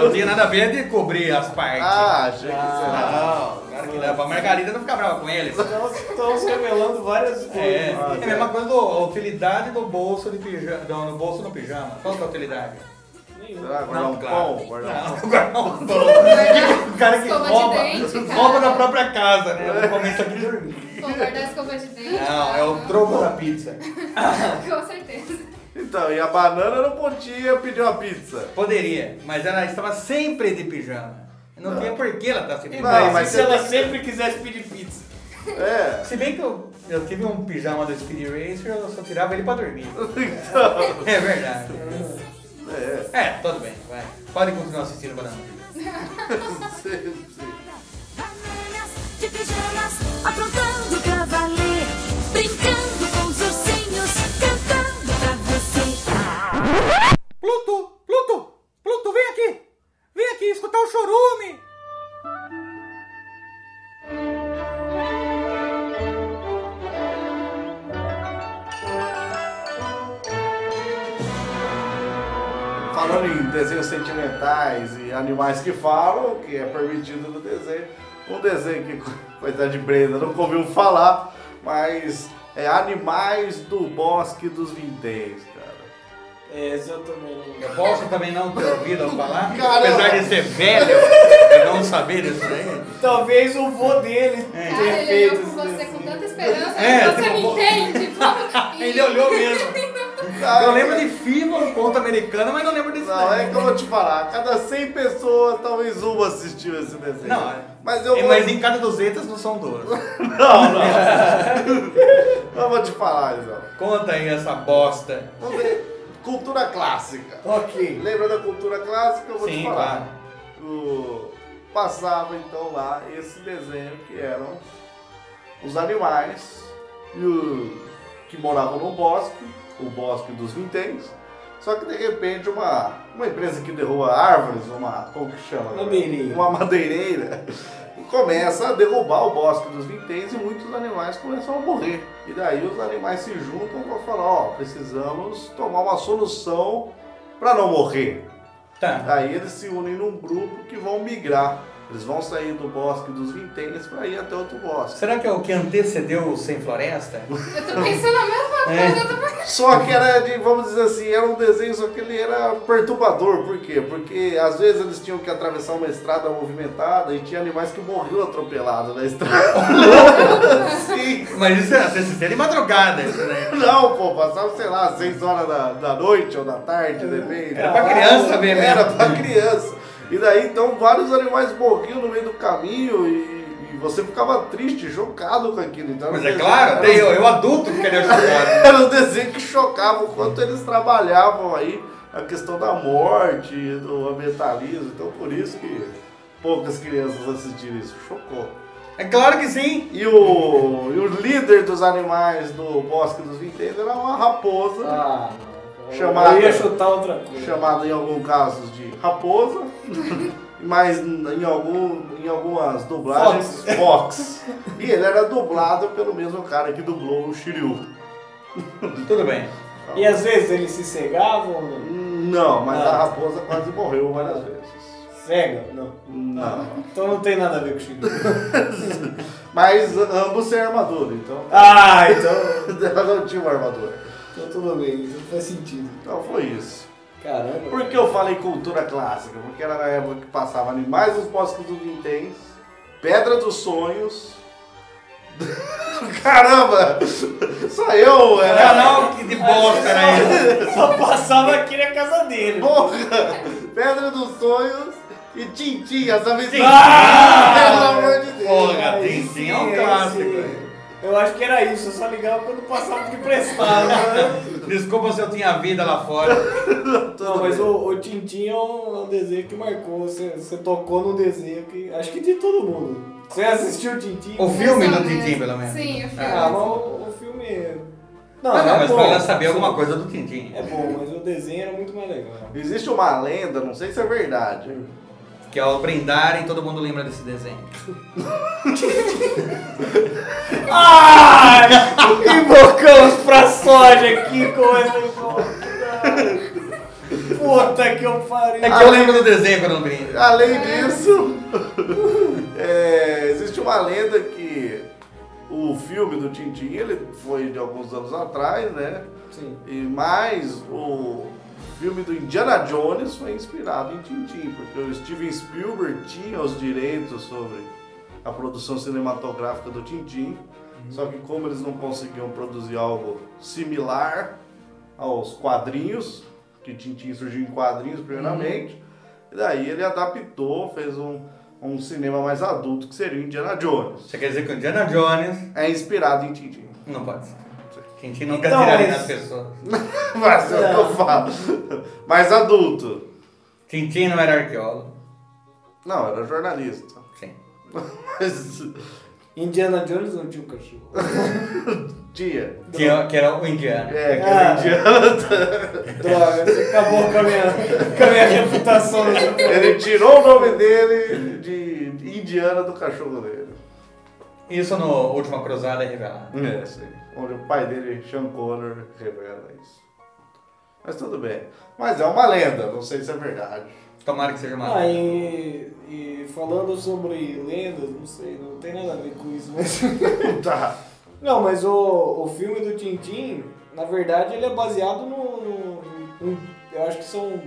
D: não tinha nada a ver de cobrir as partes.
C: Ah, achei que será.
D: Não, claro que não. A Margarida não fica brava com eles.
H: Estamos revelando várias
C: Ah,
H: coisas.
D: É, é a mesma coisa do, a utilidade do bolso de pijama. Não, no bolso no pijama. Qual que é a utilidade?
C: Será guardar um pão? Guardar um pão.
D: Não, guardar um pão. O cara que
F: Escova de
D: rouba,
F: dente, cara.
D: rouba na própria casa, né? No momento aqui dormir.
F: Pô, guardar escova de dente.
D: Não, é o troco da pizza.
F: Com certeza.
C: Então, e a banana não podia pedir uma pizza.
D: Poderia, mas ela estava sempre de pijama. Não, tinha por que ela estar sempre de
C: Não,
D: pijama.
C: mas
H: Se ela sempre quisesse pedir pizza.
C: É.
D: Se bem que eu, eu tive um pijama do Speed Racer, eu só tirava ele pra dormir.
C: Então,
D: É verdade.
C: é.
D: É, tudo bem, vai. Pode continuar assistindo Banana Pijama.
C: Sim, sim.
E: Bananas de pijamas, aprontando pra valer. Brincando com os ursinhos, cantando pra você.
B: Pluto, Pluto, Pluto, vem aqui! Vem aqui escutar o chorume!
C: Falando em desenhos sentimentais e animais que falam, que é permitido no desenho, um desenho que, co- coitada de Brenda, nunca ouviu falar, mas é Animais do Bosque dos Vinténs, cara.
H: É, se eu também não.
D: Eu posso também não ter ouvido falar,
C: Caramba.
D: apesar de ser velho, eu não saber disso daí.
H: Talvez o vô dele
F: Cara,
H: tenha
F: ele olhou
H: feito
F: com
H: esse
F: você
H: desenho.
F: com tanta esperança.
D: né? É,
F: você
D: tipo,
F: me
D: pô.
F: entende? pô.
D: Ele olhou mesmo. Eu lembro de FIBA, um conto americano, mas não lembro disso
C: Não,
D: daí.
C: é que eu vou te falar, cada 100 pessoas, talvez uma assistiu esse desenho.
D: Não, é.
C: mas eu
D: É,
C: vou...
D: Mas em cada 200 não são duas.
C: Não, não. eu vou te falar, Isabel.
D: Conta aí essa bosta.
C: Vamos ver. Cultura clássica.
H: Ok.
C: Lembra da cultura clássica? Eu vou
D: Sim,
C: te falar. O- Passava então lá esse desenho que eram os animais e o- que moravam no bosque, o bosque dos vinténs. Só que de repente uma, uma empresa que derruba árvores, uma. como que chama?
H: Madeireira.
C: Uma madeireira, começa a derrubar o bosque dos vinténs e muitos animais começam a morrer. E daí os animais se juntam para falar, ó, precisamos tomar uma solução para não morrer.
D: Tá.
C: Aí eles se unem num grupo que vão migrar. Eles vão sair do bosque dos vinténs para ir até outro bosque.
D: Será que é o que antecedeu o Sem Floresta?
F: Eu tô pensando a mesma
D: É.
F: coisa. Eu tô
C: Só que era de, vamos dizer assim, era um desenho, só que ele era perturbador. Por quê? Porque às vezes eles tinham que atravessar uma estrada movimentada e tinha animais que morriam atropelados na estrada. Sim.
D: Mas isso é assistindo de madrugada, isso né? daí.
C: Não, pô, passava, sei lá, 6 horas da, da noite ou da tarde, depende.
D: Era pra criança ver mesmo.
C: Era pra criança. E daí, então, vários animais morriam no meio do caminho e, e você ficava triste, chocado com aquilo. Então, era
D: Mas
C: um
D: é
C: desenho-
D: claro,
C: era
D: tem eu, eu adulto que queria jogar.
C: era um desenho que chocava o quanto eles trabalhavam aí a questão da morte, do ambientalismo. Então, por isso que poucas crianças assistiram isso. Chocou.
D: É claro que sim.
C: E o, e o líder dos animais do Bosque dos Vinténs era uma raposa.
H: Ah, não.
C: Chamada.
H: Eu ia chutar outra coisa.
C: chamada em alguns casos de raposa, mas em, algum, em algumas dublagens Fox. E ele era dublado pelo mesmo cara que dublou o Shiryu.
D: Tudo bem.
H: E às vezes eles se cegavam ou não?
C: Não, mas
H: Ah.
C: a raposa quase morreu várias vezes.
H: Cega? Não.
C: Não.
H: Então não tem nada a ver com o Chico.
C: Mas ambos sem armadura, então.
H: ah, então.
C: Ela não tinha uma armadura.
H: Então tudo bem, isso não faz sentido.
C: Então foi isso.
H: Caramba.
C: Por que eu falei cultura clássica? Porque era na época que passava animais dos bosques dos vinténs, pedra dos sonhos. Caramba! Só eu né? era.
D: Canal que de bosta, né?
H: Só passava aqui na casa dele.
C: Porra! Pedra dos Sonhos e Tintim, as aventuras. Pelo amor de Deus.
D: Porra, tem sim, é um
H: Sim,
D: clássico.
H: sim. Eu acho que era isso, eu só ligava quando passava que prestava.
D: Desculpa se eu tinha vida lá fora.
H: Não, mas o, o Tintin é um, é um desenho que marcou. Você, você tocou num desenho que. Acho que de todo mundo. Você assistiu o Tintin?
D: O filme do né? Tintim, pelo menos.
F: Sim, o filme.
H: Ah, mas o, o filme. é- Não,
D: Ah, não,
H: é
D: mas
H: bom.
D: pra saber alguma coisa do Tintim.
H: É bom, mas o desenho era muito mais legal.
C: Existe uma lenda, não sei se é verdade.
D: Que ao brindarem, todo mundo lembra desse desenho.
H: Invocamos pra soja aqui com essa Puta que eu parei.
D: É que eu lembro do desenho quando eu brinco.
C: Além disso, é, existe uma lenda que o filme do Tintin ele foi de alguns anos atrás, né?
H: Sim.
C: E mais o filme do Indiana Jones foi inspirado em Tintin, porque o Steven Spielberg tinha os direitos sobre a produção cinematográfica do Tintin. Só que como eles não conseguiam produzir algo similar aos quadrinhos, que Tintin surgiu em quadrinhos primeiramente, e daí ele adaptou, fez um, um cinema mais adulto que seria o Indiana Jones.
D: Você quer dizer que o Indiana Jones
C: É inspirado em Tintin.
D: não pode ser. Tintim nunca
H: Então,
D: tiraria
H: mas-
D: nas pessoas.
C: Mas é o que eu falo. Mais adulto.
D: Tintim não era arqueólogo.
C: Não, era jornalista.
D: Sim.
C: Mas
H: Indiana Jones não tinha um cachorro.
C: tinha.
D: Que, é- que era o indiano.
C: É, que
H: Ah.
C: não adianta.
H: Droga, você acabou com a minha, com a minha reputação no seu
C: Ele tirou o nome dele de Indiana do cachorro dele.
D: Isso no Última Cruzada é revelado.
C: É, isso aí. Onde o pai dele, Sean Connor, revela isso. Mas tudo bem. Mas é uma lenda, não sei se é verdade.
D: Tomara que seja uma.
H: Ah, e, e falando sobre lendas, não sei, não tem nada a ver com isso, mas.
C: Tá.
H: Não, mas o, o filme do Tintin, na verdade, ele é baseado no. no- no- um, eu acho que são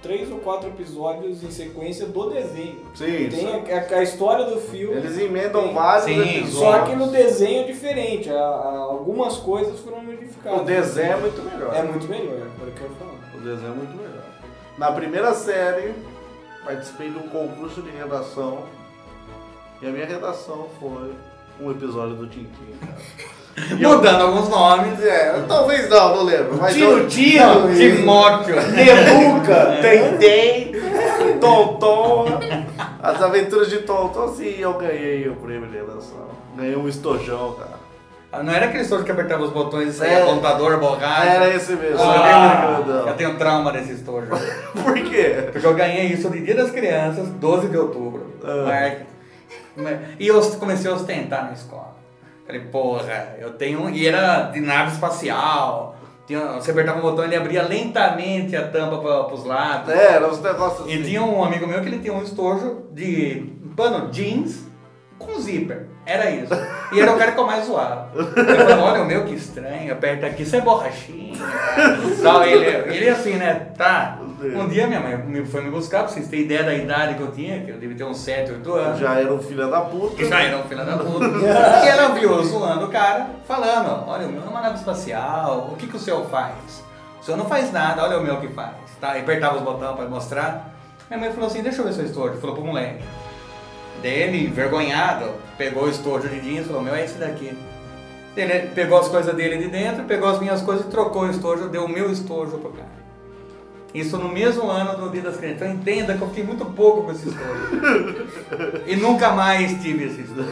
H: três ou quatro episódios em sequência do desenho.
C: Sim,
H: Tem
C: isso.
H: a, a- a história do filme.
C: Eles emendam
H: Tem.
C: vários
D: Sim,
C: episódios.
H: Só que no desenho é diferente. a- a- algumas coisas foram modificadas.
C: O desenho é muito melhor.
H: É muito melhor, agora que eu falar.
C: O desenho é muito melhor. Na primeira série, participei de um concurso de redação. E a minha redação foi um episódio do Tintin, cara. E eu-
D: Mudando alguns nomes.
C: É, talvez não, não lembro. Mas eu- É.
D: Não, Timóteo.
C: Nebuca, Tentei, Tonton. As aventuras de Tonton, sim, eu ganhei o prêmio de redação. Ganhei um estojão, cara.
D: Ah, Não era aquele estojo que apertava os botões e saía
C: Era.
D: contador, borracha.
C: É, Era esse mesmo.
D: Ah,
C: eu lembro
D: eu
C: que
D: tenho trauma desse estojo.
C: eu- Por quê?
D: Porque eu ganhei isso de Dia das Crianças, 12 de outubro.
C: Ah.
D: Mas- E eu comecei a ostentar na escola. Falei, porra, eu tenho um. E era de nave espacial. Tinha- Você apertava o botão e ele abria lentamente a tampa pra, pros lados.
C: É, era uns negócios assim.
D: E tinha um amigo meu que ele tinha um estojo de pano jeans com zíper. Era isso. E era o cara que eu mais zoava. Eu falei, olha o meu que estranho, aperta aqui, isso é borrachinha. Tal, ele, ele assim, né? Tá. Um dia minha mãe me- foi me buscar, pra vocês terem ideia da idade que eu tinha, que eu devia ter uns 7, 8 anos.
C: Já era um filho da puta.
D: Que já era um filho da puta. E ela viu zoando o cara, falando, olha, o meu é uma nave espacial, o que, que o seu faz? O senhor não faz nada, olha o meu que faz. Tá? E apertava os botões pra mostrar. Minha mãe falou assim, deixa eu ver seu estojo. Falou pro moleque. Daí ele, envergonhado, pegou o estojo de jeans e falou, meu, é esse daqui. Daí Ele pegou as coisas dele de dentro, pegou as minhas coisas e trocou o estojo, deu o meu estojo pro cara. Isso no mesmo ano do Dia das Crianças. Então entenda que eu fiquei muito pouco com esse estojo. e nunca mais tive esse estojo.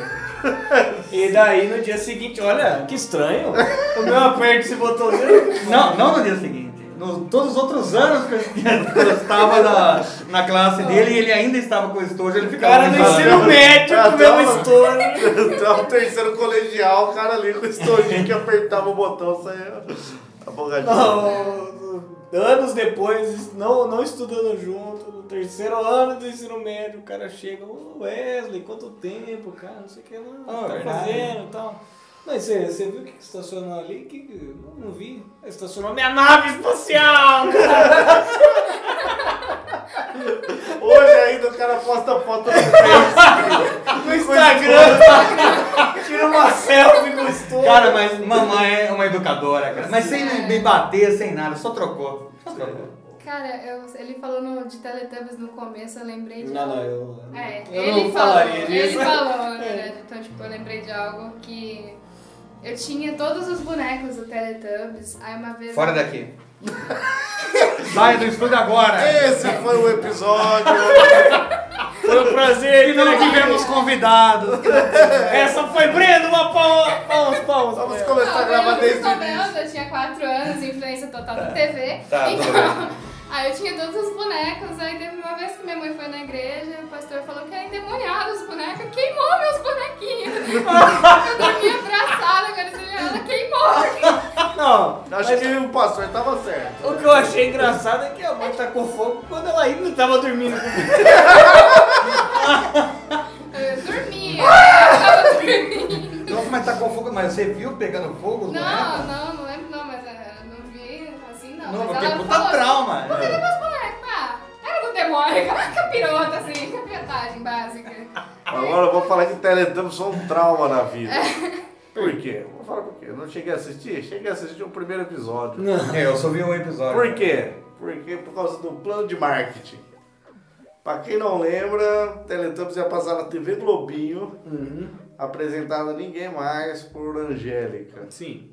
H: E daí no dia seguinte, olha, que estranho. O meu aperto esse botãozinho.
D: Não, não no dia seguinte. No, todos os outros anos que eu tinha- que eu estava na, na classe dele e ele ainda estava com o estojo, ele
H: O
D: ficava.
H: cara
D: me
H: no
D: falando.
H: ensino médio
C: Ah,
H: com o meu
C: tá.
H: estouro.
C: Até Então, é o terceiro colegial, o cara ali com o estojinho que apertava o botão, é saía a bogadinha.
H: Não, Anos depois, não, não estudando junto, no terceiro ano do ensino médio, o cara chega, ô Wesley, quanto tempo, cara, não sei o que lá,
D: Ah,
H: tá
D: verdade.
H: fazendo e tal. Mas você, você viu o que que estacionou ali? Que, que- não, não vi. Ah, Estacionou minha nave espacial, cara.
C: Hoje ainda o cara posta foto no Face.
H: no Instagram. Tira uma selfie com o estouro.
D: Cara, mas mamãe é uma educadora, cara. Mas sem me bater, sem nada, só trocou. Só trocou.
F: Cara, eu- ele falou no- de Teletubbies no começo, eu lembrei de
H: Não, não, eu.
F: É,
H: eu
F: ele
H: não
F: falou,
H: falaria
F: ele
H: disso.
F: falou, né? Então, tipo, eu lembrei de algo que eu tinha todos os bonecos do Teletubbies, aí uma vez...
D: Fora daqui. Sai do estúdio agora!
C: Esse foi o episódio.
D: Foi um prazer, e não tivemos convidados.
H: Essa foi Breno, uma palma, palmas, palmas.
C: Vamos
H: palmas.
C: começar a
F: Não, eu
C: gravar
F: fui
C: desde o início.
F: famosa, eu tinha 4 anos, influência total da TV.
D: tá, tudo
F: então, aí eu tinha todos os bonecos, aí teve uma vez que minha mãe foi na igreja, o pastor falou que era endemoniado os bonecos, queimou meus bonequinhos. eu dormi abraçada com eles, ele, ela queimou.
H: Não,
C: Acho que o pastor tava certo.
H: o que eu achei engraçado é que a mãe tacou fogo quando ela ainda tava dormindo.
F: Eu dormia, eu tava dormindo.
D: Nossa, mas tá com fogo, mas você viu pegando fogo? é? os
F: Não,
D: bonecos?
F: não, não lembro não, mas eh, eu não vi assim não.
D: Não,
F: mas
D: porque
F: ela
D: puta
F: falou,
D: trauma.
F: Por que meus bonecos? Ah, era do demônio, capirota assim, capirotagem básica.
C: Agora eu vou falar que Teletubbies foi um trauma na vida. Por quê? Vou falar por quê. Eu não cheguei a assistir? Cheguei a assistir o primeiro episódio.
D: É, eu só vi um episódio.
C: Por quê? Porque por causa do plano de marketing. Pra quem não lembra, Teletubbies ia passar na TV Globinho, apresentada ninguém mais por Angélica.
G: Sim.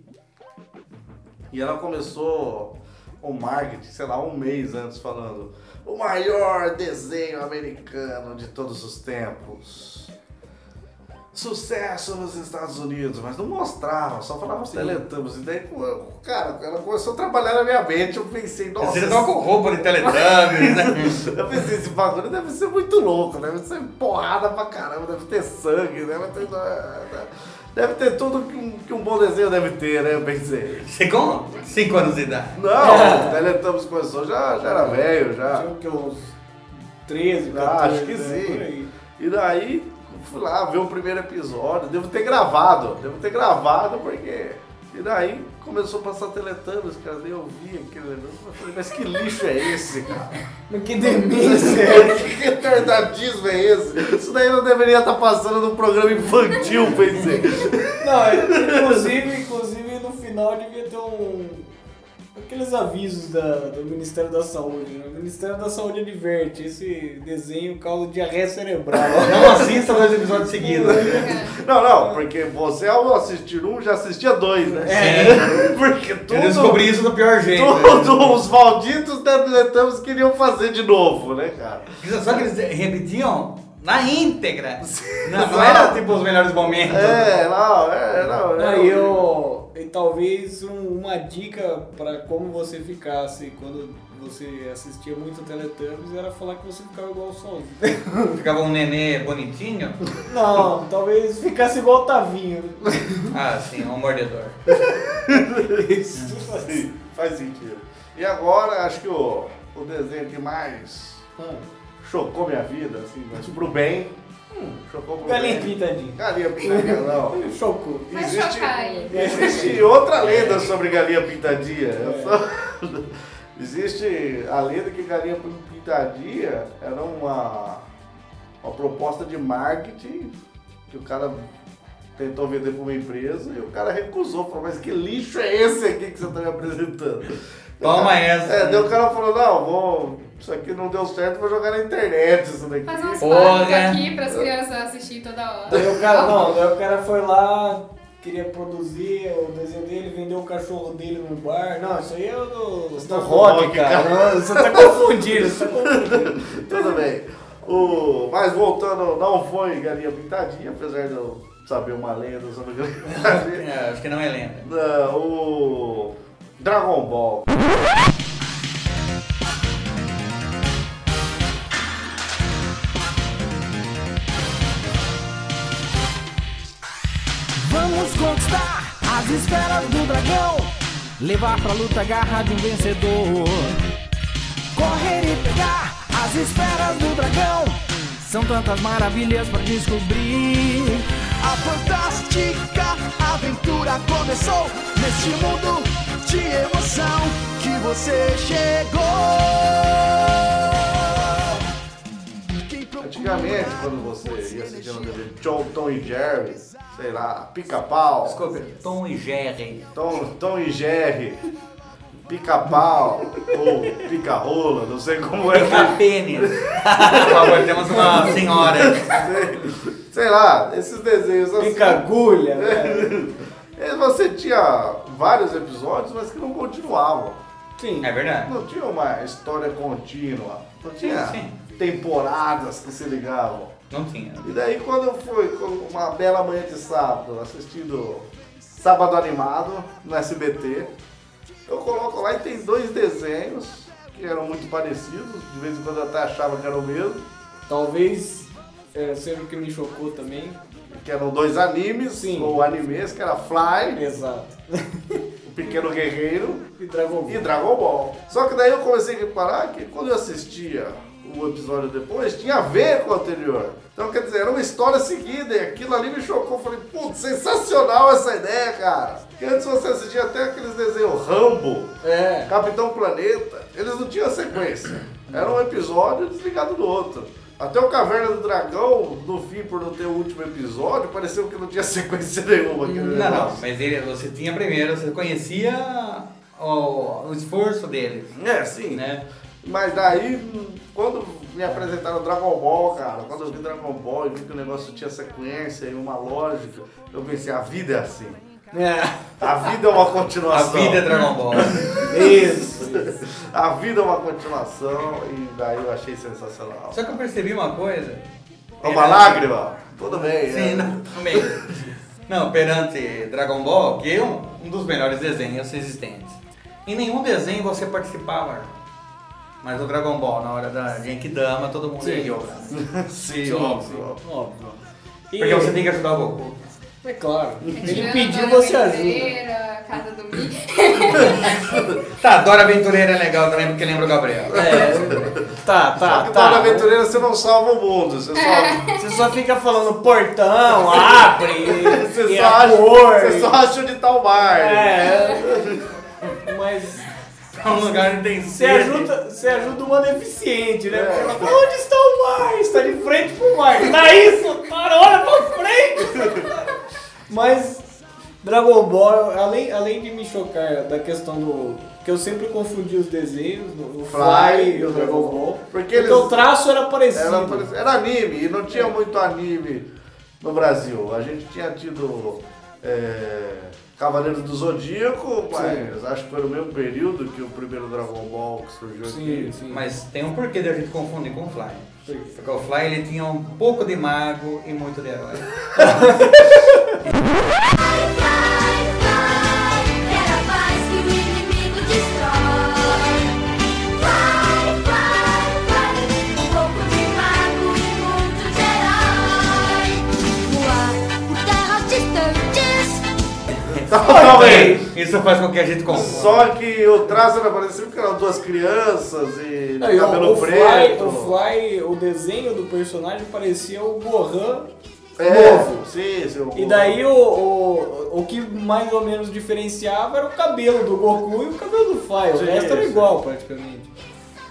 C: E ela começou o marketing, sei lá, um mês antes, falando o maior desenho americano de todos os tempos. Sucesso nos Estados Unidos, mas não mostrava, só falava os Teletubbies. E daí, co- cara, ela começou a trabalhar na minha mente, eu pensei, nossa...
D: Você tá com roupa de teletubbies, né?
C: Eu pensei, esse bagulho deve ser muito louco, deve ser porrada pra caramba, deve ter sangue, deve ter. né, Deve ter tudo que um, que um bom desenho deve ter, né? Eu pensei.
D: Você com 5 anos de idade.
C: Não, o Teletubbies começou, já, já era velho, já.
H: Tinha o que, uns 13,
C: Ah,
H: 14,
C: acho que
H: né,
C: sim.
H: por aí.
C: E daí, fui lá ver o primeiro episódio, devo ter gravado, devo ter gravado, porque. E daí começou a passar Teletubbies, cara, daí eu vi aquele negócio, eu falei, mas que lixo é esse, cara?
H: Mas que demência.
C: Que retardadismo é esse? Isso daí não deveria estar passando num programa infantil, pensei.
H: Não, é- inclusive, inclusive no final devia ter um. Aqueles avisos da- do Ministério da Saúde. né? O Ministério da Saúde adverte, esse desenho causa diarreia cerebral.
D: Não assista dois episódios seguidos.
C: Não, não, porque você ao assistir um já assistia dois, né?
H: É.
C: Porque
D: Eu
C: tudo,
D: descobri isso do pior jeito.
H: né?
D: né?
C: tudo os malditos Teletubbies queriam fazer de novo, né, cara?
D: Só que eles repetiam na íntegra. Não, não era tipo os melhores momentos.
C: É, não, é, não. é,
H: Então tá Aí eu. E talvez um- uma dica pra como você ficasse quando você assistia muito Teletubbies era falar que você ficava igual o Solzinho.
D: Ficava um nenê bonitinho.
H: Não, talvez ficasse igual o Tavinho. né?
D: Ah, sim, um mordedor.
H: Isso.
C: Sim, faz sentido. E agora, acho que o, o desenho que mais hum, chocou minha vida, assim, mas pro bem. Hum, chocou pro
H: Galinha
C: bem.
H: pintadinha.
C: Galinha pintadinha, não.
H: Chocou.
F: Vai
C: Existe-
F: chocar aí.
C: Existe outra lenda sobre galinha pintadinha. Eu só- Existe a lenda que galinha pintadinha era uma, uma proposta de marketing que o cara tentou vender para uma empresa e o cara recusou. Falou, mas que lixo é esse aqui que você está me apresentando?
D: Toma essa.
C: É, daí o cara falou, não, vou, isso aqui não deu certo, vou jogar na internet isso daqui.
F: Fazer uns
D: Porra.
F: quadros aqui pras crianças assistirem toda hora.
H: Daí o cara, não, daí o cara foi lá, queria produzir o desenho dele, vendeu o cachorro dele no bar. Não, isso aí é o do, do rock,
C: tá rock,
H: cara.
C: cara.
H: Não, Você tá confundindo, você tá confundindo.
C: Então, Tudo bem. O, mas voltando, não foi galinha pintadinha, apesar de eu saber uma lenda sobre galinha pintadinha.
D: É, acho que não é lenda.
C: Não, o Dragon Ball.
J: Vamos conquistar as esferas do dragão. Levar pra luta a garra de um vencedor. Correr e pegar as esferas do dragão. São tantas maravilhas pra descobrir. A fantástica aventura começou neste mundo de emoção que você chegou. Quem
C: Acho Antigamente, quando você ia assistir na TV, Tom, Tom e Jerry, sei lá, Pica-Pau.
D: Desculpa, Tom e Jerry.
C: Tom, Tom e Jerry, Pica-Pau ou Pica-Rola, não sei como é.
D: Pica-Pênis. Por favor, temos uma senhora.
C: Sei, sei lá, esses desenhos assim.
H: Pica-agulha, né?
C: É, Você tinha vários episódios, mas que não continuavam.
H: Sim.
D: É verdade.
C: Não tinha uma história contínua. Não tinha
D: Sim,
C: temporadas que se ligavam.
D: Não tinha.
C: E daí quando eu fui, com uma bela manhã de sábado, assistindo Sábado Animado no SBT, eu coloco lá e tem dois desenhos que eram muito parecidos, de vez em quando eu até achava que era o mesmo,
H: Talvez é, seja o que me chocou também.
C: que eram dois animes,
H: Sim.
C: ou animes, que era Fly,
H: Exato.
C: o Pequeno Guerreiro
H: E Dragon Ball.
C: e Dragon Ball. Só que daí eu comecei a reparar que quando eu assistia o episódio depois, tinha a ver com o anterior. Então, quer dizer, era uma história seguida e aquilo ali me chocou. Eu Falei, putz, sensacional essa ideia, cara. Porque antes você assistia até aqueles desenhos Rambo,
H: É.
C: Capitão Planeta, eles não tinham sequência. Era um episódio desligado do outro. Até o Caverna do Dragão, no fim, por não ter o último episódio, pareceu que não tinha sequência nenhuma. aquele
D: Não,
C: negócio.
D: não, mas ele, você tinha primeiro, você conhecia o, o esforço deles.
C: É, sim.
D: Né?
C: Mas daí, quando me apresentaram Dragon Ball, cara, quando eu vi Dragon Ball e vi que o negócio tinha sequência e uma lógica, eu pensei, a vida é assim.
H: É.
C: A vida é uma
D: A
C: continuação.
D: vida é Dragon Ball.
H: Isso.
C: A vida é uma continuação e daí eu achei sensacional. É
D: Só que eu percebi uma coisa.
H: É um
C: Uma lágrima? Tudo bem.
D: Sim,
C: é.
D: não, também. Não, perante Dragon Ball, que é um, um dos melhores desenhos existentes. Em nenhum desenho você participava. Mas o Dragon Ball, na hora da Genkidama, todo mundo ia jogar.
C: Sim,
D: Sim,
C: óbvio.
H: Óbvio. E-
D: Porque você tem que ajudar o Goku.
H: É claro. Ele
F: Tirando
H: pediu,
F: Dora
H: você ajuda.
F: Aventureira, Casa do Mi.
D: Tá, Dora Aventureira é legal também, porque lembra o Gabriel.
C: É.
H: É. Tá,
C: Só
D: Ah,
H: tá, tá.
C: que Paulo Aventureira você não salva o mundo, você
D: É.
C: só.
H: Você só fica falando portão, abre,
C: Você
H: e
C: só,
H: a
C: acha,
H: cor.
C: você só acha onde tá o mar.
H: É. Mas
D: É um lugar onde tem
H: você
D: sede.
H: ajuda, você ajuda o mano eficiente, né?
C: É.
H: Porque ela fala, onde está o mar? Está de frente pro mar. Tá isso, cara, olha pra frente. Mas Dragon Ball, além, além de me chocar da questão do... Que eu sempre confundi os desenhos, no- o Fly, e o Dragon Ball.
C: Porque eles-
H: o traço era parecido.
C: Era, parece- era anime, e não
H: É.
C: tinha muito anime no Brasil. A gente tinha tido é, Cavaleiros do Zodíaco, mas acho que foi no mesmo período que o primeiro Dragon Ball que surgiu
H: Sim,
C: aqui.
H: sim.
D: Mas tem um porquê da gente confundir com o Fly. Porque o Fly ele tinha um pouco de mago e muito de herói.
E: Vai, vai, era a paz que o inimigo destrói. Vai, vai, vai, um pouco de mago e muito de herói. Voar por terras distantes.
C: Talvez.
D: Isso faz com que a gente confunda.
C: Só que o traço era parecido porque eram duas crianças e de
H: Não, e o-
C: cabelo
H: o,
C: preto.
H: Fly, o Fly, o desenho do personagem parecia o Gohan
C: é,
H: novo.
C: Sim, sim, o-
H: E daí o, o, o que mais ou menos diferenciava era o cabelo do Goku e o cabelo do Fly. O
C: Sim,
H: resto era
C: sim.
H: igual praticamente.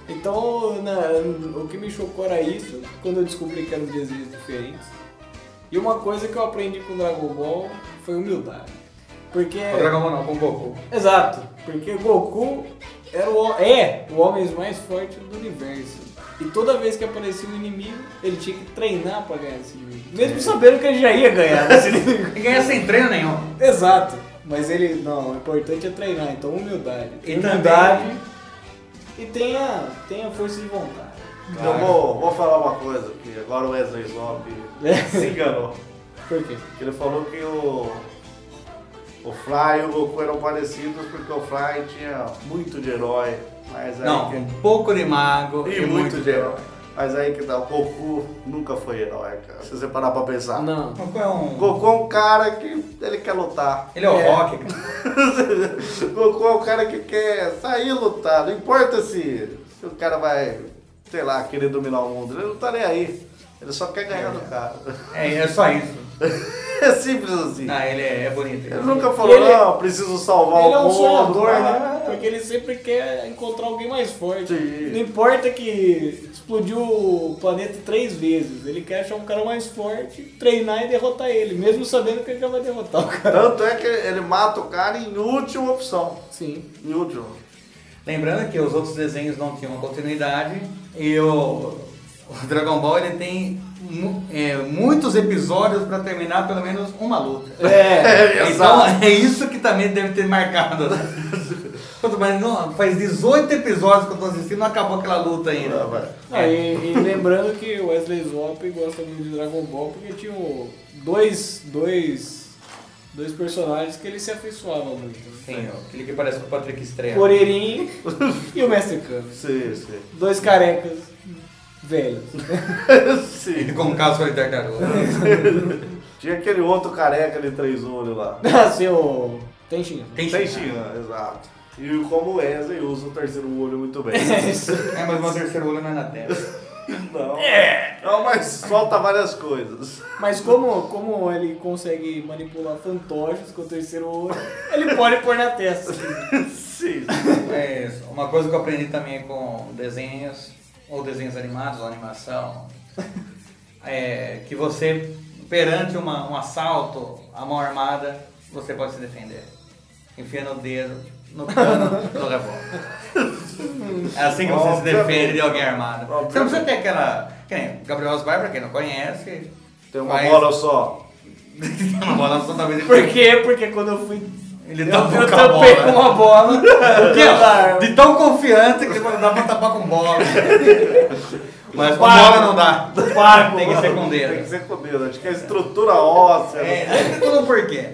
H: Então na- o que me chocou era isso, quando eu descobri que eram desenhos diferentes. E uma coisa que eu aprendi com o Dragon Ball foi humildade. Porque.
D: O Dragon Ball não, com o Goku.
H: Exato, porque Goku era o, ho- é o homem mais forte do universo. E toda vez que aparecia um inimigo, ele tinha que treinar pra ganhar esse inimigo. Mesmo sabendo que ele já ia ganhar desse inimigo.
D: E ganha é sem treino nenhum.
H: Exato, mas ele, não, o importante é treinar, então humildade.
D: E
H: humildade e tenha, tenha força de vontade.
C: Eu vou, vou falar uma coisa, que agora o Wesley Zop
H: É.
C: se enganou.
H: Por quê?
C: Ele falou que o, o Fly e o Goku eram parecidos porque o Fly tinha muito de herói. Mas aí
D: Não,
C: que-
D: um pouco de mago
C: e, muito, de herói. Mas aí que dá, o Goku nunca foi herói, cara. Se você parar pra pensar.
H: Não.
D: Goku é um.
C: O Goku é um cara que ele quer lutar.
D: Ele é o
H: É.
D: Rock, cara.
C: O Goku é um cara que quer sair e lutar. Não importa se, se o cara vai, sei lá, querer dominar o mundo. Ele não tá nem aí. Ele só quer ganhar do cara.
D: É, é só isso.
C: É simples assim.
D: Ah, ele é, é bonito.
C: Ele nunca
H: E
C: falou,
H: ele-
C: não, preciso salvar
H: Ele
C: o
H: é um
C: mundo. Ah,
H: sonhador,
C: cara.
H: né? Porque ele sempre quer encontrar alguém mais forte. Não importa que explodiu o planeta três vezes, ele quer achar um cara mais forte, treinar e derrotar ele, mesmo sabendo que ele já vai derrotar o cara.
C: Tanto é que ele mata o cara em última opção.
H: Sim.
C: Em última.
D: Lembrando que os outros desenhos não tinham continuidade e o, o Dragon Ball ele tem mu- é, muitos episódios para terminar pelo menos uma luta.
C: É,
D: então
C: exato.
D: é isso que também deve ter marcado. Puta, Mas não, faz 18 episódios que eu tô assistindo e não acabou aquela luta ainda.
H: Ah, e, e lembrando que o Wesley Zop gosta muito de Dragon Ball porque tinha o- dois, dois, dois personagens que ele se afeiçoava muito. né?
D: Sim, ó, aquele que parece com o Patrick Estrela.
H: O Orelhinho e o Mestre Kami.
C: Sim, sim.
H: Dois carecas velhos.
C: sim.
D: Ele com um casco de tartaruga.
C: Tinha aquele outro careca de três olhos lá.
H: assim, o... Tem né? xinga.
D: Tem
C: Tem
D: Shin.
C: China, exato. E como o Wesley usa o terceiro olho muito bem.
D: É, mas o terceiro olho não é na tela.
C: Não.
H: É.
C: Não, mas solta várias coisas.
H: Mas como, como ele consegue manipular fantoches com o terceiro olho, ele pode pôr na testa.
C: Sim.
D: É isso. Uma coisa que eu aprendi também com desenhos, ou desenhos animados, ou animação, é que você, perante uma- um assalto, a mão armada, você pode se defender. Enfia no dedo, no cano, no revólver. É assim que você se
C: Obviamente.
D: defende de alguém armado. Você não precisa
C: Obviamente.
D: ter aquela... Que nem o Gabriel Osbar, pra quem não conhece...
C: Tem uma
D: faz-
C: bola só.
D: Tem uma bola só, talvez ele...
H: Por quê? Porque quando eu fui.
D: Ele
H: eu,
D: tampou
H: eu
D: com a
H: tampei
D: bola.
H: com uma bola.
D: Porque, ó,
H: Claro.
D: de tão confiante que dá pra tapar com bola. Mas com
H: Pago.
D: bola não dá.
H: Pago.
D: Tem que ser com
C: Tem que
D: dedo.
C: ser com dedo. Acho que a estrutura óssea. né?
D: É, não tudo por quê.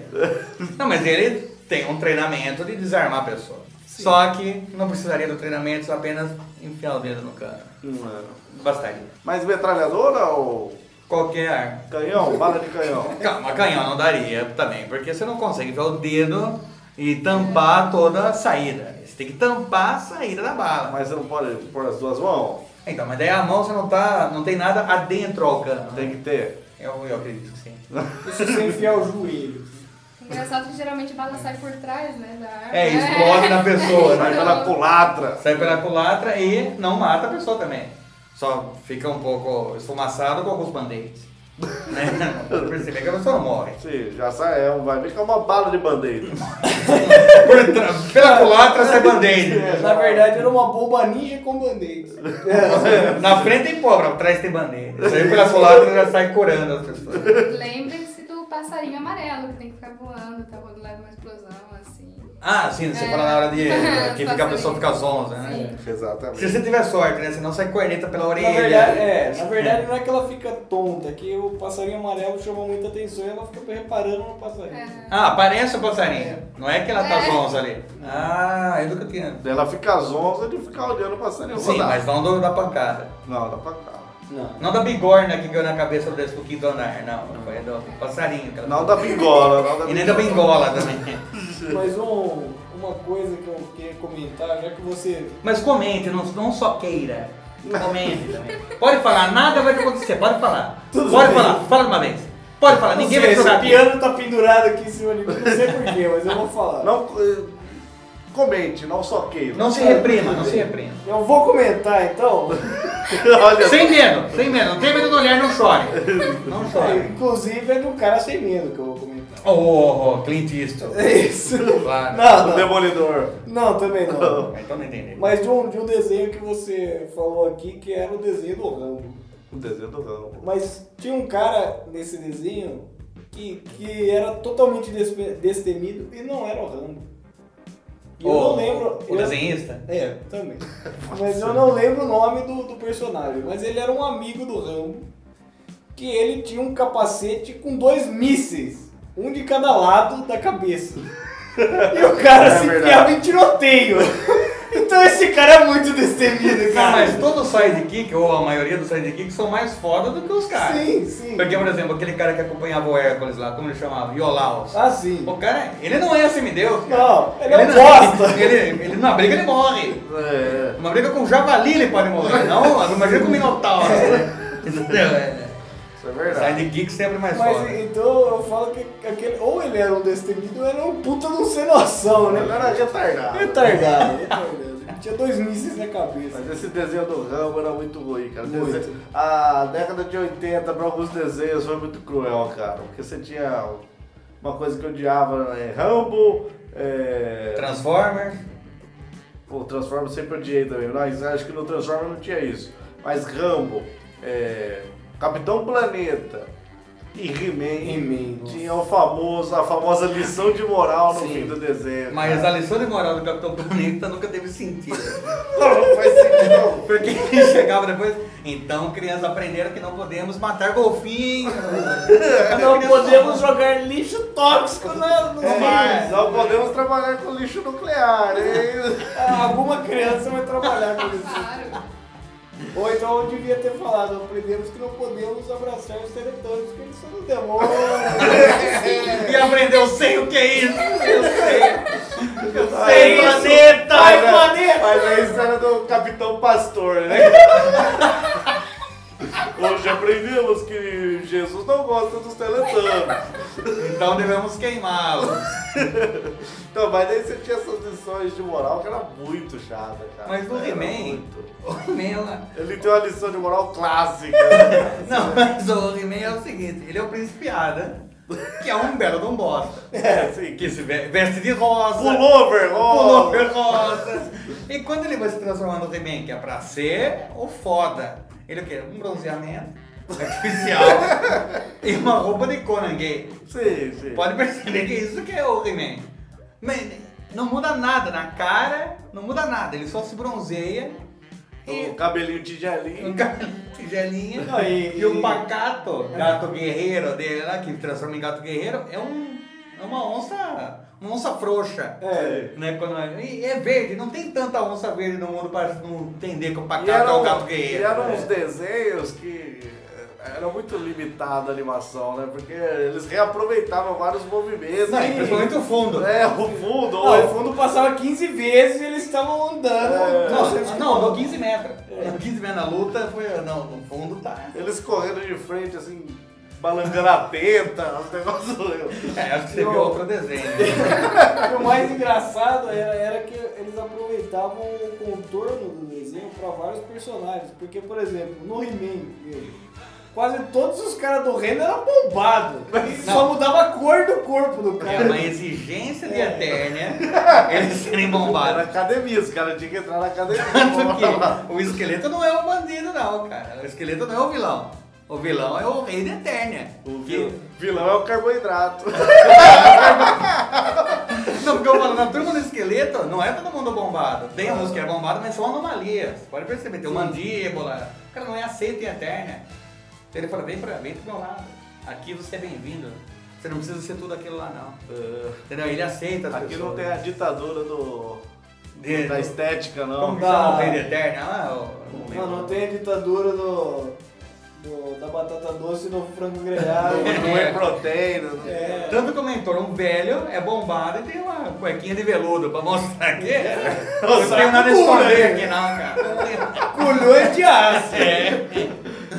D: Não, mas ele tem um treinamento de desarmar a pessoa. Só que não precisaria do treinamento, só apenas enfiar o dedo no cano.
C: Não era.
D: Bastaria.
C: Hum, é. Mas metralhadora ou
D: Qualquer arma.
C: canhão? Bala de canhão.
D: Calma, canhão não daria também, porque você não consegue enfiar o dedo e tampar toda a saída. Você tem que tampar a saída da bala.
C: Mas você não pode pôr as duas mãos?
D: Então, mas daí a mão você não tá. não tem nada adentro ao cano. né?
C: Tem que ter.
D: Eu, eu acredito que sim.
K: Isso sem enfiar o joelho.
F: Engraçado que geralmente a bala sai por trás, né? Da arma.
D: É, explode na pessoa,
C: Sai
D: né?
C: pela culatra.
D: Sai pela culatra e não mata a pessoa também. Só fica um pouco esfumaçado com alguns band-aids. Né? Pra perceber que a pessoa não morre.
C: Sim, já sai. É, um- vai ver que é uma bala de bandeira.
D: Por tra- Pela culatra sai band-aid. É.
H: Na verdade, era uma bomba ninja com band-aids.
D: Na frente tem pobre, atrás tem band-aid. Sai pela culatra já sai curando as pessoas.
F: Lembrem-se do passarinho amarelo, que tem que ficar voando, tá quando leva uma explosão, assim.
D: Ah, sim, você
F: É.
D: fala na hora de. Que fica, a
F: Fazer.
D: pessoa fica zonza, né? Se
C: Exatamente.
D: você tiver sorte, né? Senão sai corneta pela orelha.
H: Na verdade, é, na verdade não é que ela fica tonta, é que o passarinho amarelo chama muita atenção e ela fica reparando no passarinho.
F: É.
D: Ah, aparece o passarinho. Não é que ela tá
F: É.
D: zonza ali. Ah, é do que eu tinha.
C: Ela fica zonza de ficar olhando pra cena
D: Sim,
C: rodar.
D: mas não do- da pancada.
C: Não, dá pra cá.
H: Não.
D: Não da bigorna que caiu na cabeça do 15 andar, não. Foi do passarinho. que ela-
C: Não dá bingola. Não dá
D: E nem da bengola também.
H: Mas um, uma coisa que eu queria comentar, já que você.
D: Mas comente, não, não só queira. Comente também. Pode falar, nada vai acontecer, pode falar. pode falar, fala de uma vez. Pode falar, ninguém
H: Não sei,
D: vai jogar
H: esse piano tá pendurado aqui em cima de mim, não sei porquê, mas eu vou falar.
C: Não, eh, comente, não só queira.
D: Não se reprima, não se reprima.
H: Eu vou comentar então.
C: Olha,
D: Sem medo, sem medo. Não tem medo do olhar, não chore. Não chore.
H: Inclusive é do cara sem medo que eu vou comentar.
D: Oh, oh, oh, Clint Eastwood.
H: É isso.
D: Claro.
C: o
H: Não, não,
C: demolidor.
H: não também não.
D: Então não entendi.
H: Mas de um, de um desenho que você falou aqui que era o desenho do Rambo.
C: O desenho do Rambo.
H: Mas tinha um cara nesse desenho que, que era totalmente despe- destemido e não era o Rambo. E eu não lembro.
D: O
H: eu-
D: desenhista?
H: É, também. Mas eu não lembro o nome do, do personagem. Mas ele era um amigo do Rambo. Que ele tinha um capacete com dois mísseis. Um de cada lado da cabeça. E o cara
C: É
H: se
C: verdade.
H: enfiava em tiroteio. Então esse cara é muito destemido, cara.
D: Cara, mas todo sidekick, ou a maioria dos sidekicks, são mais foda do que os caras.
H: Sim, sim.
D: Porque, por exemplo, aquele cara que acompanhava o Hércules lá, como ele chamava? Iolaus.
H: Ah, sim.
D: O cara, ele não é semideus. cara.
H: Não, ele é um
D: não- assim.
H: bosta.
D: Ele, ele, na briga ele morre.
C: É,
D: Numa briga com o javali ele pode morrer. Não, imagina com o Minotauro. Entendeu? É.
C: Isso é verdade.
D: Sidekick sempre mais
L: Mas
D: é foda.
L: então eu falo que aquele. Ou ele era um destemido ou era um puta de um sem noção, né?
C: Ele tá era
D: É
C: retardado.
L: Retardado, retardado. Ele Tinha dois mísseis na cabeça.
C: Mas esse desenho do Rambo era muito ruim, cara.
L: Muito.
C: Desenho- A década de 80 pra alguns desenhos foi muito cruel, cara. Porque você tinha uma coisa que eu odiava, né? Rambo, é...
D: Transformers.
C: Pô, Transformers sempre odiei também. Mas acho que no Transformers não tinha isso. Mas Rambo, é... Capitão Planeta e
L: He-Man,
C: He-Man
L: nossa.
C: tinha o famoso, a famosa lição de moral no
D: Sim.
C: fim do desenho.
D: Mas a
C: cara.
D: lição de moral do Capitão Planeta nunca teve sentido.
C: Não, não faz sentido algum.
D: Porque ele chegava depois. Então, crianças aprenderam que não podemos matar golfinhos.
L: Não podemos jogar lixo tóxico na- no
C: Mas
L: mar.
C: não podemos trabalhar com lixo nuclear, hein?
L: Ah, Alguma criança vai trabalhar com isso.
F: Claro.
L: Ou então eu devia ter falado, aprendemos que não podemos abraçar os territórios porque eles são do demônio.
D: E aprendeu sem o que é isso. Eu sei. Eu
C: Ai,
D: sei,
C: mas-
D: planeta.
L: Vai,
C: né?
L: planeta!
C: Mas é isso era do Capitão Pastor, né? Hoje aprendemos que Jesus não gosta dos teletubbies.
D: Então devemos queimá-lo.
C: Então, mas daí você tinha essas lições de moral que era muito chata, cara.
D: Mas no
C: Era
D: He-Man,
C: muito.
D: o He-Man, é ela-
C: Ele tem uma lição de moral clássica. né?
D: não, mas o He-Man é o seguinte, ele é o príncipe Ada, que é um belo de um bosta.
C: É, assim,
D: Que se ve- veste de rosa,
C: pullover, ó.
D: pullover rosa. E quando ele vai se transformar no He-Man, que é pra ser o foda, ele o quê? Um bronzeamento artificial e uma roupa de Conan gay.
C: Sim, sim.
D: Pode perceber que é isso que é o He-Man. Mas Não muda nada na cara, não muda nada, ele só se bronzeia e
C: O cabelinho
D: um
C: tigelinho.
D: gato tigelinha.
L: Não,
D: e,
L: e-
D: o
L: e-
D: pacato, gato guerreiro dele lá, que transforma em gato guerreiro, é um. É uma onça. Uma onça frouxa.
L: É.
D: Né, quando, e é verde, não tem tanta onça verde no mundo para não entender que o
C: E
D: pacato é
C: eram,
D: o gato
C: e um-
D: guerreiro. É.
C: eram uns desenhos que eh, era muito limitada a animação, né? Porque eles reaproveitavam vários movimentos.
D: Não, e principalmente o fundo.
C: É, o fundo.
L: Não,
C: ou-
L: o fundo passava 15 vezes e eles estavam andando.
C: É.
L: Não,
D: Não, não, deu 15 metros. Deu 15 metros na luta, foi. Não, no fundo tá.
C: Eles correndo de frente, assim, balangando a teta, os negócios. doidos.
D: É, acho que você
L: Eu-
D: viu outro desenho. né?
L: E o mais engraçado era, era que eles aproveitavam o contorno do desenho para vários personagens. Porque, por exemplo, no He-Man, mesmo, quase todos os caras do reino eram bombados. E
D: Não.
L: Só mudava a cor do corpo do
D: É uma
L: cara.
D: exigência de Eternia eles serem
C: Era
D: bombados.
C: academia, os caras tinham que entrar na academia.
D: Tanto que o esqueleto não é o bandido, não, cara. O esqueleto não é o vilão. O vilão é o rei da Eternia.
C: O vil-
D: que...
C: vilão é o carboidrato.
D: Não, porque eu falo, na turma do esqueleto, não é todo mundo bombado. Tem uns que é bombado, mas são anomalias. Pode perceber, tem o mandíbula. O cara não é aceito em Eternia. Então ele fala, vem pra, vem pro meu lado. Aqui você é bem-vindo. Você não precisa ser tudo aquilo lá, não.
C: Eh,
D: Entendeu? Ele aceita as
C: Aqui não
D: pessoas.
C: tem a ditadura do.
D: De-
C: da estética, não.
D: Como que
L: Da-
D: chama É. o rei da Eternia? Ah, o- o-
L: Não, não tem a ditadura do, do- da batata doce e do frango grelhado.
C: Não é proteína. não-
L: É.
D: Tanto que o mentor, um velho, é bombado e tem uma cuequinha de veludo pra mostrar aqui.
C: É.
D: Não tenho nada
C: né?
D: a esconder aqui não, É. cara.
C: é
L: Culhões de aço.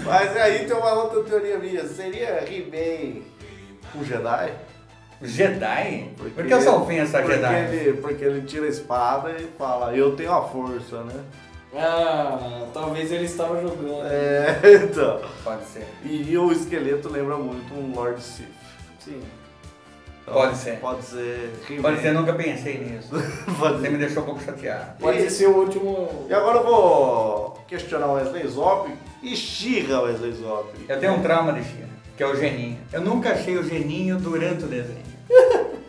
C: Mas aí tem uma outra teoria minha. Seria He-Man um Jedi?
D: Jedi? Por que essa ofensa a
C: porque
D: Jedi?
C: Ele, porque ele tira a espada e fala, eu tenho a força, né?
L: Ah, talvez ele estava jogando.
C: É, então.
D: Pode ser.
C: E o esqueleto lembra muito um Lord Sith. Sim.
D: Pode ser.
C: Pode ser. He-Man.
D: Pode ser, eu nunca pensei nisso.
C: Pode
D: Você
C: ser.
D: me deixou um pouco chateado.
L: Pode ser o último.
C: E agora eu vou questionar o Wesley Zop e xirra o Wesley Zop.
D: Eu tenho um trauma de China, que é o geninho. Eu nunca achei o geninho durante o desenho.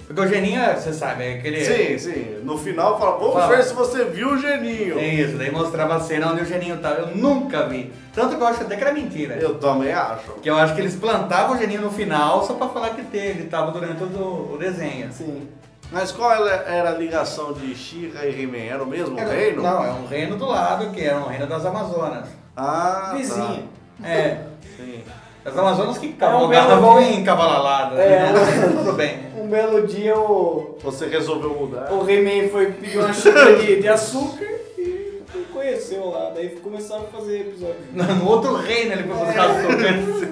D: Porque o geninho, é, você sabe, é aquele...
C: Sim, sim. No final fala, vamos
D: Fala.
C: ver se você viu o geninho.
D: É isso, daí mostrava a cena onde o geninho tava. Eu nunca vi. Tanto que eu acho até que era mentira.
C: Eu também acho.
D: Que eu acho que eles plantavam o geninho no final só pra falar que teve, tava durante o, o desenho.
L: Sim.
C: Mas qual era era a ligação de Xirra e He-Man? Era o mesmo
D: Era-
C: reino?
D: Não, é um reino do lado, que era um reino das Amazonas.
L: tá.
C: Ah,
L: Vizinho.
D: É,
C: Tá. Sim.
D: as Amazonas que
L: É um belo
D: cavalgavam
L: dia.
D: em cavalalada.
L: É.
D: Tudo bem.
L: Um belo dia o,
C: Você resolveu mudar.
L: o He-Man foi pedir uma xícara de, de açúcar e, e conheceu lá, daí começaram a fazer episódio.
D: No outro reino ele foi buscar os tocantes.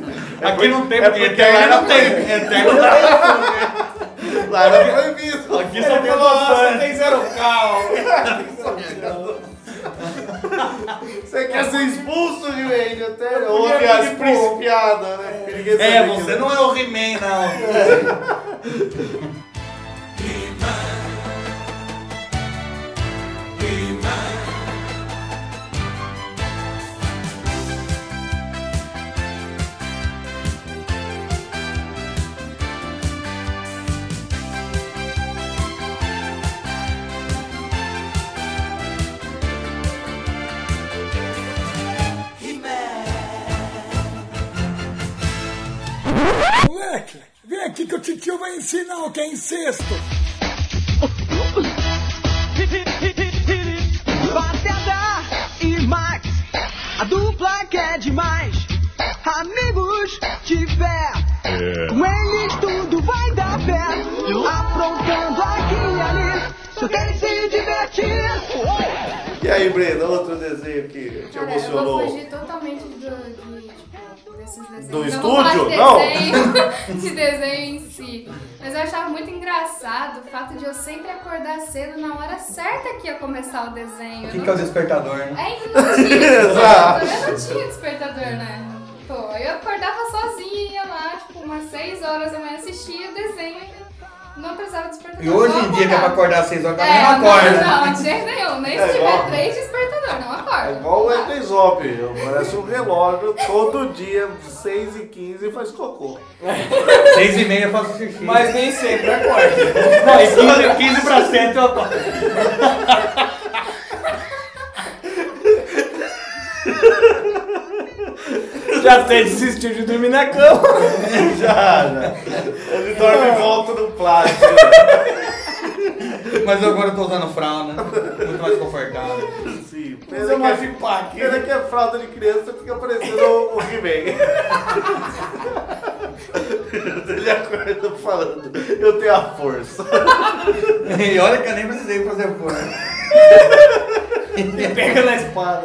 D: Aqui não tem,
L: é
D: porque
L: porque lá
D: eterno não
L: não
D: tem. É
L: tem.
D: Eterno não tem.
C: Lá era
D: Aqui-
C: proibido.
D: Aqui só
C: Ele
D: tem
C: falou,
D: Los
C: "Você tem
D: zero cal.
C: Você quer ser expulso de Wayne até
D: Eu
C: ouve
D: podia
C: as
D: pedir pro-
C: principiadas, né? Porque ninguém
D: É,
C: sabe que-
D: você não é o He-Man, não.
J: Moleque, vem aqui que o titio vai ensinar o que é incesto.
M: Bateada e Max, a dupla que é demais. Amigos tiver, com eles tudo vai dar pé. Aprontando aqui e ali, só quem se divertir.
C: E aí, Brenda, outro desenho que te
F: Cara, eu vou
C: emocionou.
F: fugir totalmente do, de, tipo, desses desenhos.
C: Do
F: Eu vou falar
C: estúdio?
F: De desenho, de desenho em si. Mas eu achava muito engraçado o fato de eu sempre acordar cedo na hora certa que ia começar o desenho. Eu
D: Quem
F: não-
D: que é o despertador, né?
F: É, eu não tinha
D: Exato.
F: despertador. Eu não tinha despertador, né? Pô, eu acordava sozinha, ia lá, tipo, umas 6 horas da manhã, assistia desenho e não precisava de despertador.
D: E hoje
F: só
D: em dia que é pra acordar às 6 horas da
F: É,
D: manhã, não acorda.
F: Não, não, de jeito nenhum. Nem
C: É
F: se
C: igual.
F: tiver três despertador, não acorda.
C: É igual o Wesley Zop, parece um relógio, todo dia, 6h15, faz cocô.
D: 6h30 eu faço xixi.
C: Mas nem sempre é
D: Não, e 15, 15 pra 7 eu acordo.
L: Já até desistiu de dormir na cama.
C: já, já. Ele dorme em volta do plástico.
D: Mas agora eu tô usando fralda, muito mais confortável.
C: Sim,
D: Usa
C: pena
D: mais
C: que,
D: impacto.
C: pena que é fralda de criança, fica parecendo o, o He-Man. Ele acorda falando, eu tenho a força.
D: E olha que eu nem precisei fazer força.
L: E pega na espada.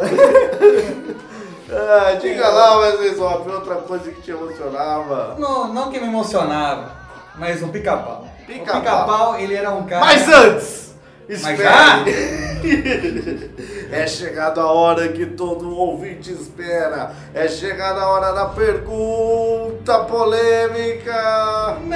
C: Ah, diga lá, Wesley Zop, outra coisa que te emocionava.
D: Não, não que me emocionava, mas o pica-pau.
C: Pica-pau.
D: O pica-pau, ele era um cara.
C: Mas antes!
D: Mas já?
C: É chegada a hora que todo ouvinte espera. É chegada a hora da pergunta polêmica. Não!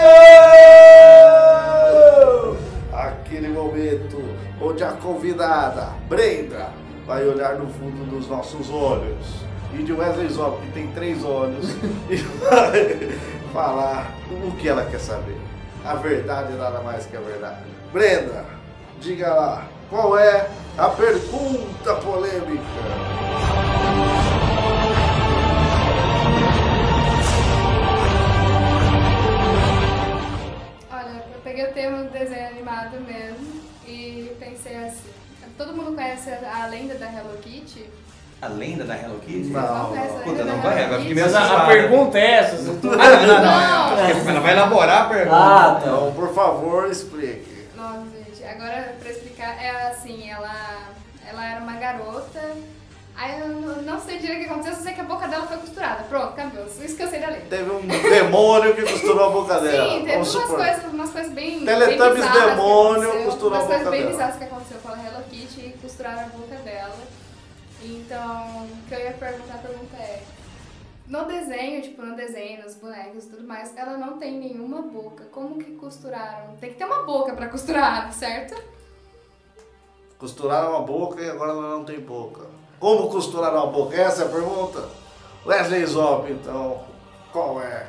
C: Aquele momento onde a convidada, Brenda, vai olhar no fundo dos nossos olhos. E de Wesley Zop, que tem três olhos, e vai falar o que ela quer saber. A verdade é nada mais que a verdade. Brenda, diga lá, qual é a pergunta polêmica?
F: Olha, eu peguei o tema do desenho animado mesmo e pensei assim. Todo mundo conhece a lenda da Hello Kitty?
D: A lenda da Hello Kitty?
F: Não.
D: Puta, não vai, agora fiquei meio
L: Mas a, a
D: assustado.
L: pergunta é essa. se tu-
D: Ah, não, não, não. Ela vai elaborar a pergunta.
L: Ah, tá.
C: Então, por favor, explique.
F: Nossa, gente, agora pra explicar, ela assim, ela, ela era uma garota. Aí eu não não sei direito o que aconteceu, só sei que a boca dela foi costurada. Pronto, acabou. Isso que eu sei da lenda.
C: Teve um demônio que costurou a boca dela.
F: Sim, teve
C: Vamos
F: umas
C: supor.
F: coisas, umas coisas bem.
C: Teletubbies
F: bem bizarras que
C: demônio
F: aconteceu,
C: costurou a
F: Umas
C: boca
F: coisas bem
C: dela.
F: bizarras que aconteceu com a Hello Kitty e costuraram a boca dela. Então, o que eu ia perguntar, a pergunta é. No desenho, tipo, no desenho, nos bonecos e tudo mais, ela não tem nenhuma boca. Como que costuraram? Tem que ter uma boca pra costurar, certo?
C: Costuraram a boca e agora ela não tem boca. Como costuraram a boca? Essa é a pergunta? Wesley Zop, então, qual é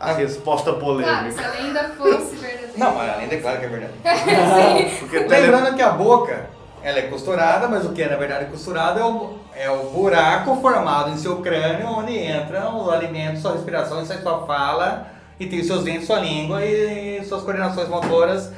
D: Ah.
C: a resposta
F: Claro, se
C: polêmica?
F: a lenda fosse verdadeira.
D: Não, mas a lenda é claro que é verdade.
C: Porque tele...
D: Lembrando que a boca, ela é costurada, mas o que é na verdade costurado é o, é o buraco formado em seu crânio, onde entram os alimentos, sua respiração, e sai sua fala, e tem seus dentes, sua língua e suas coordenações motoras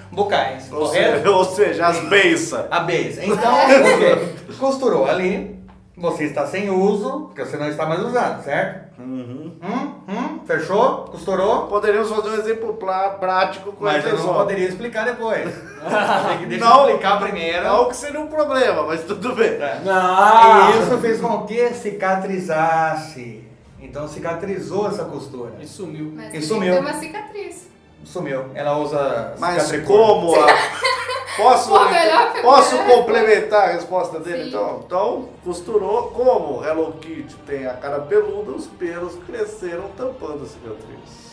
D: bucais,
C: ou,
D: correto?
C: seja, ou seja, as beça.
D: A base. Então, o quê? Costurou ali, Você está sem uso, porque você não está mais usando, certo? Uhum. Hum? Hum? Fechou? Costurou?
C: Poderíamos fazer um exemplo plá- prático com
D: Mas
C: esse
D: eu não
C: só.
D: poderia explicar depois. Tem que deixar
C: Não.
D: eu explicar primeiro.
C: Não que seria um problema, mas tudo bem.
D: É.
C: Ah!
D: Não. E isso fez com que cicatrizasse. Então cicatrizou essa costura. E sumiu.
F: Mas
D: E
F: tem
D: sumiu.
F: que ter uma cicatriz.
D: Sumiu. Ela usa
C: Mas
D: cicatricor.
C: como a... Posso,
F: Pô, melhor que
C: posso
F: melhor.
C: complementar a resposta dele então? Então, costurou como Hello Kitty tem a cara peluda, os pelos cresceram tampando a cicatriz.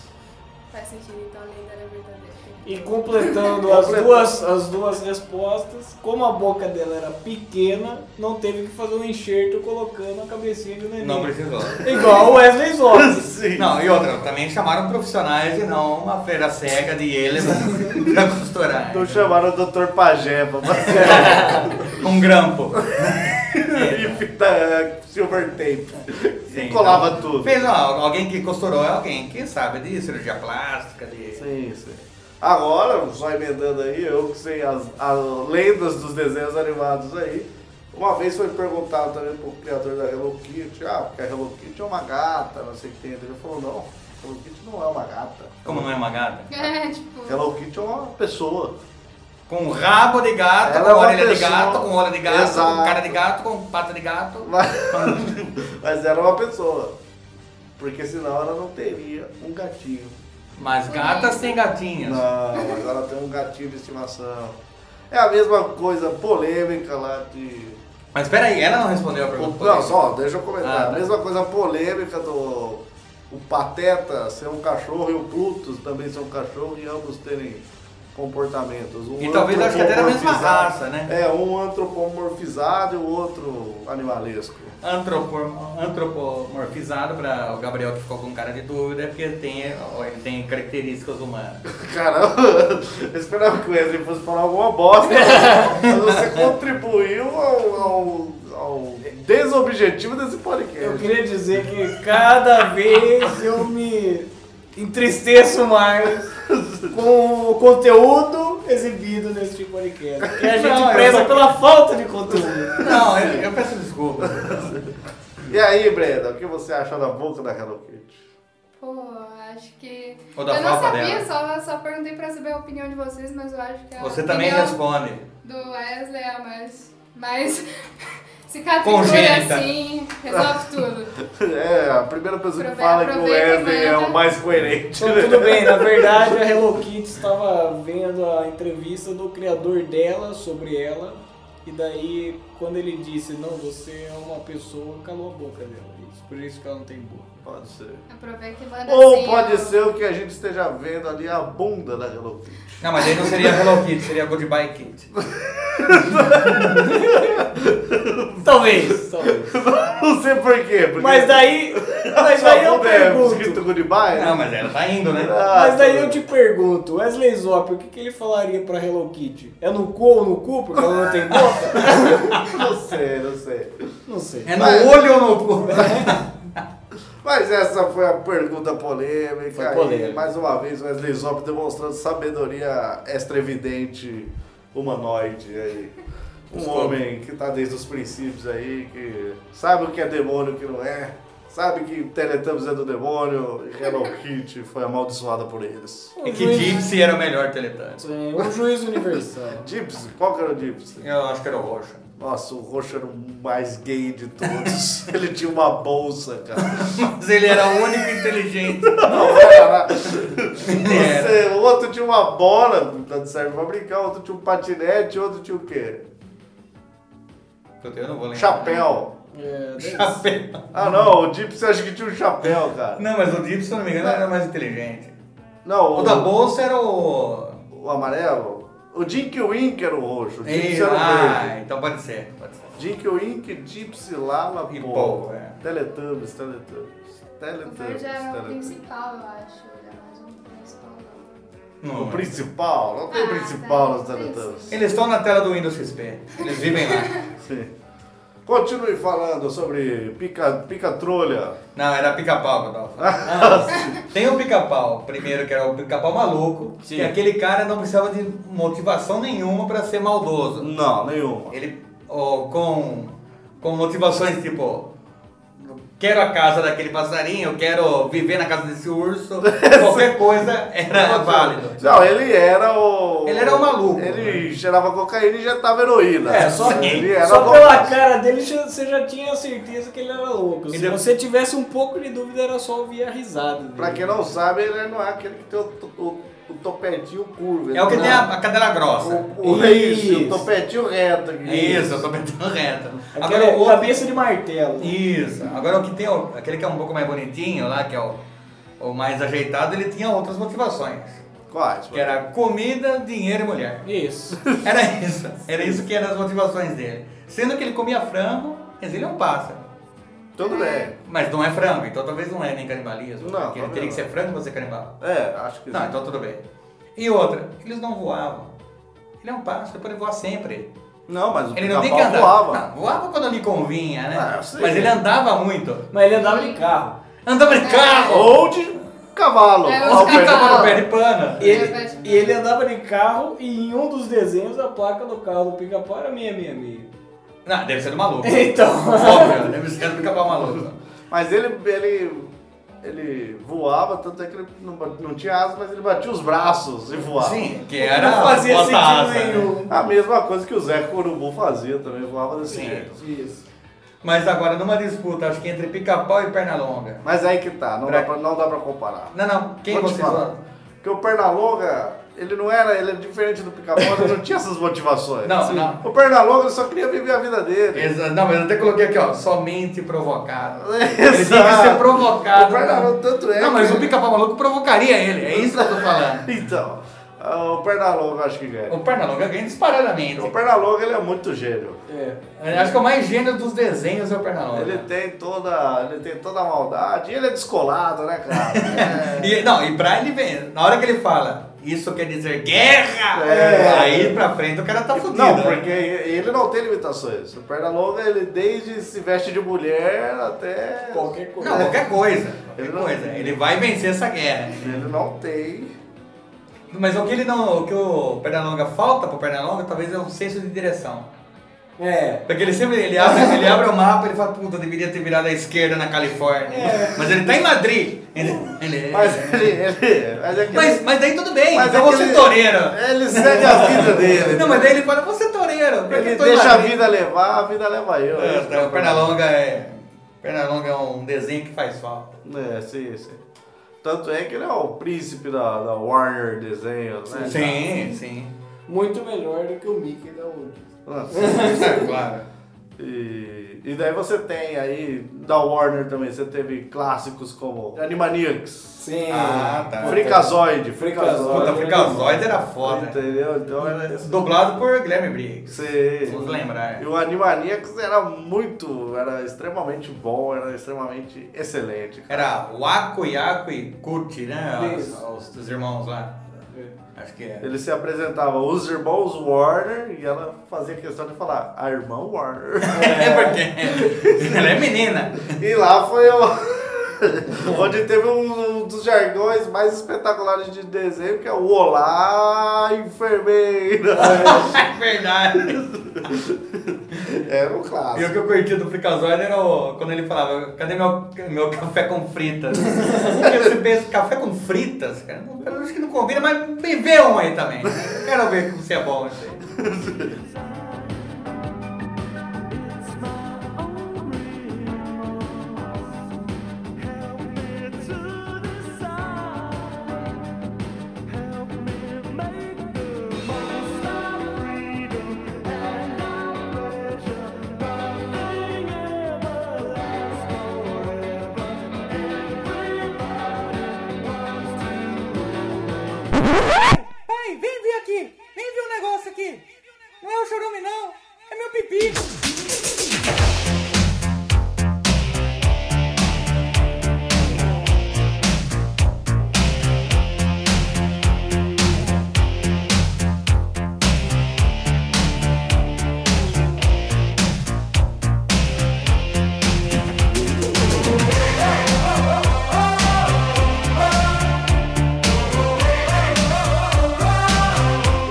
F: Faz sentido, então a lenda era verdadeira.
L: E completando as duas, as duas respostas, como a boca dela era pequena, não teve que fazer um enxerto colocando a cabecinha do neném.
D: Não precisou.
L: Igual o Wesley Zop.
D: Não, e outra, também chamaram profissionais e não uma feira cega de ele pra pra costurar.
C: Então chamaram o Dr. Pajé pra fazer
D: um grampo.
C: e fita silver tape.
D: Sim,
C: e colava
D: então,
C: tudo.
D: Fez, ó, alguém que costurou é alguém que sabe de cirurgia plástica, de.
C: Sim, sim. Agora, só emendando aí, eu que sei as, as lendas dos desenhos animados aí. Uma vez foi perguntado também pro criador da Hello Kitty, ah, porque a Hello Kitty é uma gata, não sei o que tem. Ele falou, não, Hello Kitty não é uma gata.
D: Como não é uma gata?
F: É, tipo.
C: Hello Kitty é uma pessoa.
D: Com um rabo de gato,
C: Ela é
D: com
C: uma
D: orelha de
C: pessoa.
D: gato, com olho de gato, com
C: Exato.
D: cara de gato, com pata de gato.
C: Mas, mas era uma pessoa. Porque senão ela não teria um gatinho.
D: Mas gatas têm gatinhas.
C: Não, mas ela tem um gatinho de estimação. É a mesma coisa polêmica lá de.
D: Mas peraí, ela não respondeu a pergunta
C: Não,
D: polêmica.
C: só, deixa eu comentar.
D: Ah, tá.
C: A mesma coisa polêmica do. O Pateta ser um cachorro e o Plutus também ser um cachorro e ambos terem comportamentos. Um
D: E talvez acho que até da mesma
C: antropomorfizado-
D: raça, né?
C: É, um antropomorfizado e o outro animalesco.
D: Antropo- antropomorfizado para o Gabriel que ficou com cara de dúvida, é porque tem, ó, ele tem características humanas.
C: Caramba, eu esperava que o Wesley fosse falar alguma bosta. Mas você contribuiu ao, ao- ao desobjetivo desse podcast.
L: Eu queria dizer que cada vez eu me entristeço mais com o conteúdo exibido neste podcast. Porque a gente
D: Não, eu
L: preza
D: só-
L: pela falta de conteúdo.
D: Não, eu, eu peço desculpa.
C: E aí, Brenda, o que você achou da boca da Hello Kitty?
F: Pô, acho que.
D: Ou da
F: eu não
D: falta
F: sabia,
D: dela.
F: só, só perguntei pra saber a opinião de vocês, mas eu acho que a
D: Você também
F: opinião
D: responde.
F: do Wesley é a mais. mais cicatricou
D: Congênita.
F: assim, resolve tudo.
C: É, a primeira pessoa que
F: Aprove-
C: fala que o
F: aproveita,
C: Wesley é
F: manda.
C: o mais coerente.
L: Então, tudo bem, na verdade a Hello Kitty estava vendo a entrevista do criador dela sobre ela. E daí, quando ele disse, não, você é uma pessoa, calou a boca dela. Isso, por isso que ela não tem boca.
C: Pode ser.
F: Aproveita e manda
C: Ou
F: assim, ó.
C: pode ser o que a gente esteja vendo ali a bunda da Hello Kitty.
D: Não, mas aí não seria Hello Kitty, seria Goodbye Kitty.
L: Talvez, talvez.
C: Não sei por quê. Porque
L: Mas daí, mas
C: sua
L: daí eu
C: bunda é
L: pergunto.
C: escrito goodbye?
D: Não, mas ela tá indo, né?
C: Ah,
L: Mas daí eu te pergunto, Wesley Zop, o que, que ele falaria pra Hello Kitty? É no cu ou no cu, porque ela não tem boca? é-
C: Não sei, não sei.
L: Não sei.
D: É no olho ou no cu?
C: Mas essa foi a pergunta polêmica.
L: Foi polêmica.
C: E, mais uma vez, Wesley Zop demonstrando sabedoria extra-evidente humanoide aí. Um
L: Desculpa.
C: homem que tá desde os princípios aí, que sabe o que é demônio e o que não é. Sabe que Teletubbies é do demônio e Hello Kitty foi amaldiçoada por eles.
D: É que Gypsy era o melhor teletante.
L: É um juiz universal.
C: Gypsy, qual que era o Gypsy?
D: Eu acho que era o Rocha.
C: Nossa, o Roxo era o mais gay de todos. Ele tinha uma bolsa, cara.
D: Mas ele era o único inteligente.
C: Não era nada.
D: era.
C: Você- o outro tinha uma bola tá de serve pra brincar, o outro tinha um patinete, o outro tinha o quê?
D: Puta, Eu não vou lembrar.
C: Chapéu.
L: É,
D: Chapéu.
C: Ah não, o Gypsy acho que tinha um chapéu, cara.
D: Não, mas o Gypsy, se eu não me engano, era mais inteligente.
C: Não,
D: O da bolsa era o.
C: o amarelo. O Dink Wink era o roxo, o Gypsy
D: Ei,
C: era o
D: ah,
C: verde.
D: então pode ser, pode ser.
C: Dink Wink, Gypsy, Lala,
D: E
C: Pô.
D: Paul, é.
C: Teletubbies, Teletubbies.
F: O Fer
C: Teletubbies,
F: já era é o
C: Teletubbies.
F: principal, eu acho. Ele era mais um principal.
D: Não,
C: O
D: mas-
C: principal? Não tem
F: Ah,
C: principal
F: tá,
C: nos Teletubbies.
D: Eles estão na tela do Windows XP. Eles vivem lá.
C: Sim. Continue falando sobre pica, pica-trolha.
D: Não, era pica-pau que eu tava
C: Ah,
D: falando. Tem o pica-pau, primeiro que era o pica-pau maluco,
C: Sim.
D: que aquele cara não precisava de motivação nenhuma pra ser maldoso.
C: Não, nenhuma.
D: Ele, ó, com com motivações tipo. Quero a casa daquele passarinho, quero viver na casa desse urso. Qualquer coisa era válido.
C: Não, ele era o.
D: Ele era um maluco.
C: Ele cheirava cocaína e injetava heroína.
D: É, só-
C: ele era
L: Só
C: louco.
L: pela cara dele já- você já tinha certeza que ele era louco. Se
C: E depois-
L: você tivesse um pouco de dúvida, era só ouvir a risada. dele.
C: Pra quem não sabe, ele não é aquele que tem o, to- o, o topetinho curvo.
D: É o que
C: Não.
D: tem a, a cadela grossa. É
C: O, o, isso, o topetinho reto. aqui.
D: Isso, eu tô pensando reta.
C: É
L: Aquela
D: o outro-
L: cabeça de martelo.
D: Isso. Agora o que tem, o- aquele que é um pouco mais bonitinho lá, que é o, o mais ajeitado, ele tinha outras motivações.
C: Quais?
D: Que era comida, dinheiro e mulher.
L: Isso.
D: Era isso. Era isso que eram as motivações dele. Sendo que ele comia frango, mas ele é um pássaro.
C: Tudo bem.
D: Mas não é frango, então talvez não é nem canibalismo.
C: Não,
D: porque ele
C: talvez
D: teria que
C: não.
D: ser frango pra ser canibal.
C: É, acho que
D: Não,
C: sim.
D: então tudo bem. E outra, eles não voavam. Ele é um pássaro, pode voar sempre.
C: Não, mas o
D: Ele não tem que
C: pica-pau
D: andar.
C: voava.
D: Não, voava quando lhe convinha, né?
C: Ah, eu sei.
D: Mas ele andava muito.
L: Mas ele andava de carro.
D: Andava
C: Ah,
D: de carro!
C: Ou de cavalo.
L: É,
C: Ó,
L: os
C: o
D: Andava no
L: Não.
D: pé de pana.
L: E ele, e ele andava de carro e em um dos desenhos a placa do carro do pica-pau era 666.
D: Não, deve ser do maluco.
L: Então.
D: Óbvio, deve ser do pica-pau maluco.
C: Mas ele, ele, ele voava, tanto é que ele não, ba- não tinha asas, mas ele batia os braços e voava.
D: Sim, que era
L: Não fazia
D: bota
L: sentido
D: asa, né?
L: nenhum.
C: A mesma coisa que o Zé Corubu fazia também, voava desse
D: Sim.
C: jeito.
L: Isso.
D: Mas agora, numa disputa, acho que entre pica-pau e perna longa.
C: Mas aí que tá, não,
D: Pra-
C: dá pra, não dá pra comparar.
D: Não, não, quem
C: Vou te
D: você
C: falar. Porque o Pernalonga, ele não era, ele é diferente do Pica-Pau, ele não tinha essas motivações.
D: Não, não.
C: O Pernalonga ele só queria viver a vida dele.
D: Exa- Não, mas eu até coloquei aqui, ó, somente provocado. Ele tem que
C: Exato.
D: ser provocado.
C: O Pernalonga
D: né?
C: tanto é
D: Não, mas
C: que-
D: o pica-pau maluco provocaria ele, é isso que eu tô falando.
C: Então, ah, o Pernalonga acho que ganha.
D: O Pernalonga ganha disparadamente.
C: O Pernalonga, ele é muito gênio.
L: É.
D: Eu Acho que o mais gênio dos desenhos é o Pernalonga.
C: Ele tem toda, ele tem toda a maldade. E ele é descolado, né, cara?
D: É. E, não, e pra ele ver, na hora que ele fala, isso quer dizer guerra!
C: É.
D: Aí pra frente o cara tá fudido.
C: Não,
D: né?
C: porque ele não tem limitações. O Pernalonga, ele desde se veste de mulher até...
L: Qualquer coisa.
D: Não, qualquer coisa.
C: Ele
D: Qualquer
C: não-
D: coisa. Ele vai vencer essa guerra.
C: Ele não tem...
D: Mas o que ele não. O que o Pernalonga falta pro Pernalonga talvez é um senso de direção.
L: É.
D: Porque ele sempre ele abre, ele abre o mapa e ele fala, puta, eu deveria ter virado à esquerda na Califórnia. Mas ele tá em Madrid. Ele, ele-
C: É.
D: é.
C: Mas ele... ele- mas, é que
D: mas,
C: ele-
D: mas daí tudo bem,
C: mas
D: então
C: é
D: você
C: que
D: é
C: ele-
D: toureiro.
C: Ele segue a vida dele.
D: Não, mas daí ele fala, você é toureiro. pra que
C: Ele
D: eu tô em
C: deixa a
D: Madrid?"
C: vida levar, a vida leva eu.
D: É,
C: Esse que é
D: então, Pernalonga é. Pernalonga é um desenho que faz falta.
C: É, sim, sim. Tanto é que ele é o príncipe da, da Warner Desenhos, né?
D: Sim, sim.
L: Muito melhor do que o Mickey da Woody.
C: Ah, sim.
D: É claro.
C: E, e daí você tem aí, da Warner também, você teve clássicos como Animaniacs,
L: Sim.
D: Ah, tá.
C: Freakazoid,
D: Puta,
C: Freakazoid.
D: Freakazoid né? era foda.
C: Entendeu? Então era esse.
D: Dublado por Guilherme Briggs.
C: Sim.
D: Vamos lembrar. é.
C: E o Animaniacs era muito, era extremamente bom, era extremamente excelente. cara.
D: Era Waco, Iaco e Kuti, né? Os,
L: Isso.
D: os, os irmãos lá. Acho que é.
C: Ele se apresentava os irmãos Warner e ela fazia questão de falar a irmã Warner.
D: É porque ela é menina.
C: e lá foi o... onde teve um, um dos jargões mais espetaculares de desenho, que é o Olá, enfermeira.
D: É verdade.
C: Era um clássico.
D: E o que eu curti do Freakazoid era o, quando ele falava, cadê meu, meu café com fritas? Porque você pensa, café com fritas, cara, não- eu acho que não combina, mas me vê um aí também. Eu Quero ver se é bom isso aí.
B: Ai, vem ver aqui! Vem ver um negócio aqui! Não é o chorume, não! É meu pipi!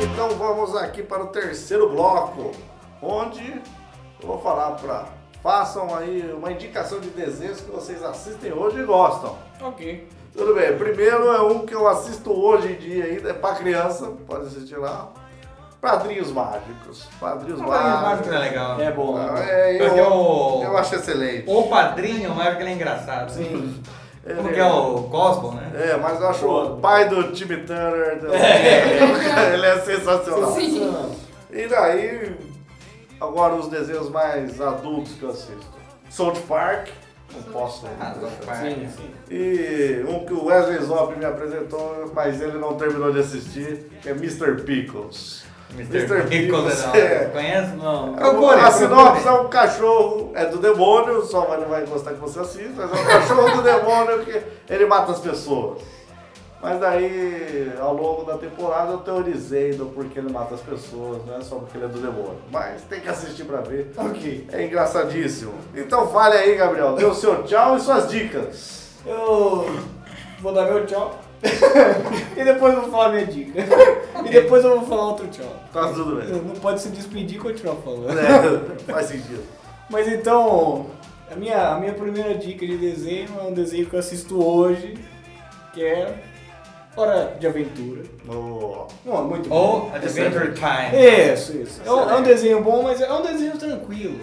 C: Então vamos aqui para o terceiro bloco, onde eu vou falar para Façam aí uma indicação de desenhos que vocês assistem hoje e gostam.
H: Ok.
C: Tudo bem, primeiro é um que eu assisto hoje em dia ainda, é pra criança, pode assistir lá. Padrinhos Mágicos. Padrinhos
D: Padrinhos
C: Mágicos.
D: Mágicos é legal. É bom.
C: É, eu,
D: Porque o-
C: eu acho excelente.
D: O padrinho, o maior que ele é engraçado. Sim. Como que é o Cosmo, né?
C: É, mas eu acho o pai do Timmy Turner. do- Ele é sensacional.
D: Sim.
C: E daí, agora os desenhos mais adultos que eu assisto. South Park. Não posso
D: Ah, South
L: É
D: Park. Sim, sim.
C: E um que o Wesley Zop me apresentou, mas ele não terminou de assistir, que é Mr. Pickles.
D: Mr. Pickles, não. Conhece? Não. Ah,
C: É, o-
D: Procure,
C: a
D: procure.
C: sinopse é um cachorro, é do demônio, só vai- não vai gostar que você assista, mas é um cachorro do demônio que ele mata as pessoas. Mas daí, ao longo da temporada, eu teorizei do porquê ele mata as pessoas, não é só porque ele é do demônio. Mas tem que assistir pra ver.
H: Ok.
C: É engraçadíssimo. Então fale aí, Gabriel, dê o seu tchau e suas dicas.
H: Eu vou dar meu tchau. e depois eu vou falar minha dica. e depois eu vou falar outro tchau.
C: Tá tudo bem.
H: Não pode se despedir e continuar falando.
C: É, faz sentido.
H: Mas então, a minha, a minha primeira dica de desenho é um desenho que eu assisto hoje, que é Hora de Aventura. Não, é muito
D: Ou
H: bom.
D: Adventure Time.
H: Isso, isso. É um, é um desenho bom, mas é um desenho tranquilo.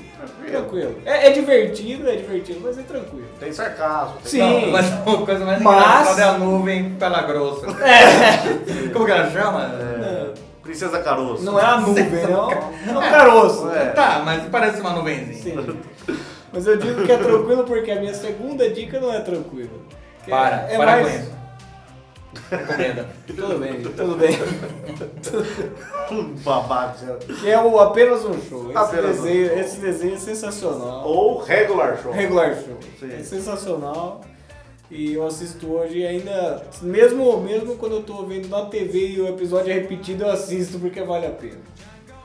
H: Tranquilo. É, é divertido, é divertido, mas é tranquilo.
C: Tem sarcasmo. tem-
H: Sim.
D: Não, mas é uma coisa mais
H: Mas-
D: engraçada é a nuvem pela grossa.
H: É.
D: Como que ela chama?
C: Princesa Caroço.
H: Não é a nuvem, não. É um
D: É.
H: caroço.
D: Tá, mas parece uma nuvenzinha.
H: Sim. Mas eu digo que é tranquilo porque a minha segunda dica não é tranquila. Que é-
D: Para,
H: é
D: para
H: mais...
D: com isso. Recomenda.
H: Tudo bem, tudo bem.
C: Um babado. já.
H: Que é o Apenas um Show. Esse,
C: Apenas um
H: desenho,
C: Show.
H: esse desenho é sensacional.
C: Ou Regular Show.
H: Regular Show.
C: Sim.
H: É sensacional. E eu assisto hoje e ainda, mesmo, mesmo quando eu tô vendo na TV e o episódio é repetido, eu assisto porque vale a pena.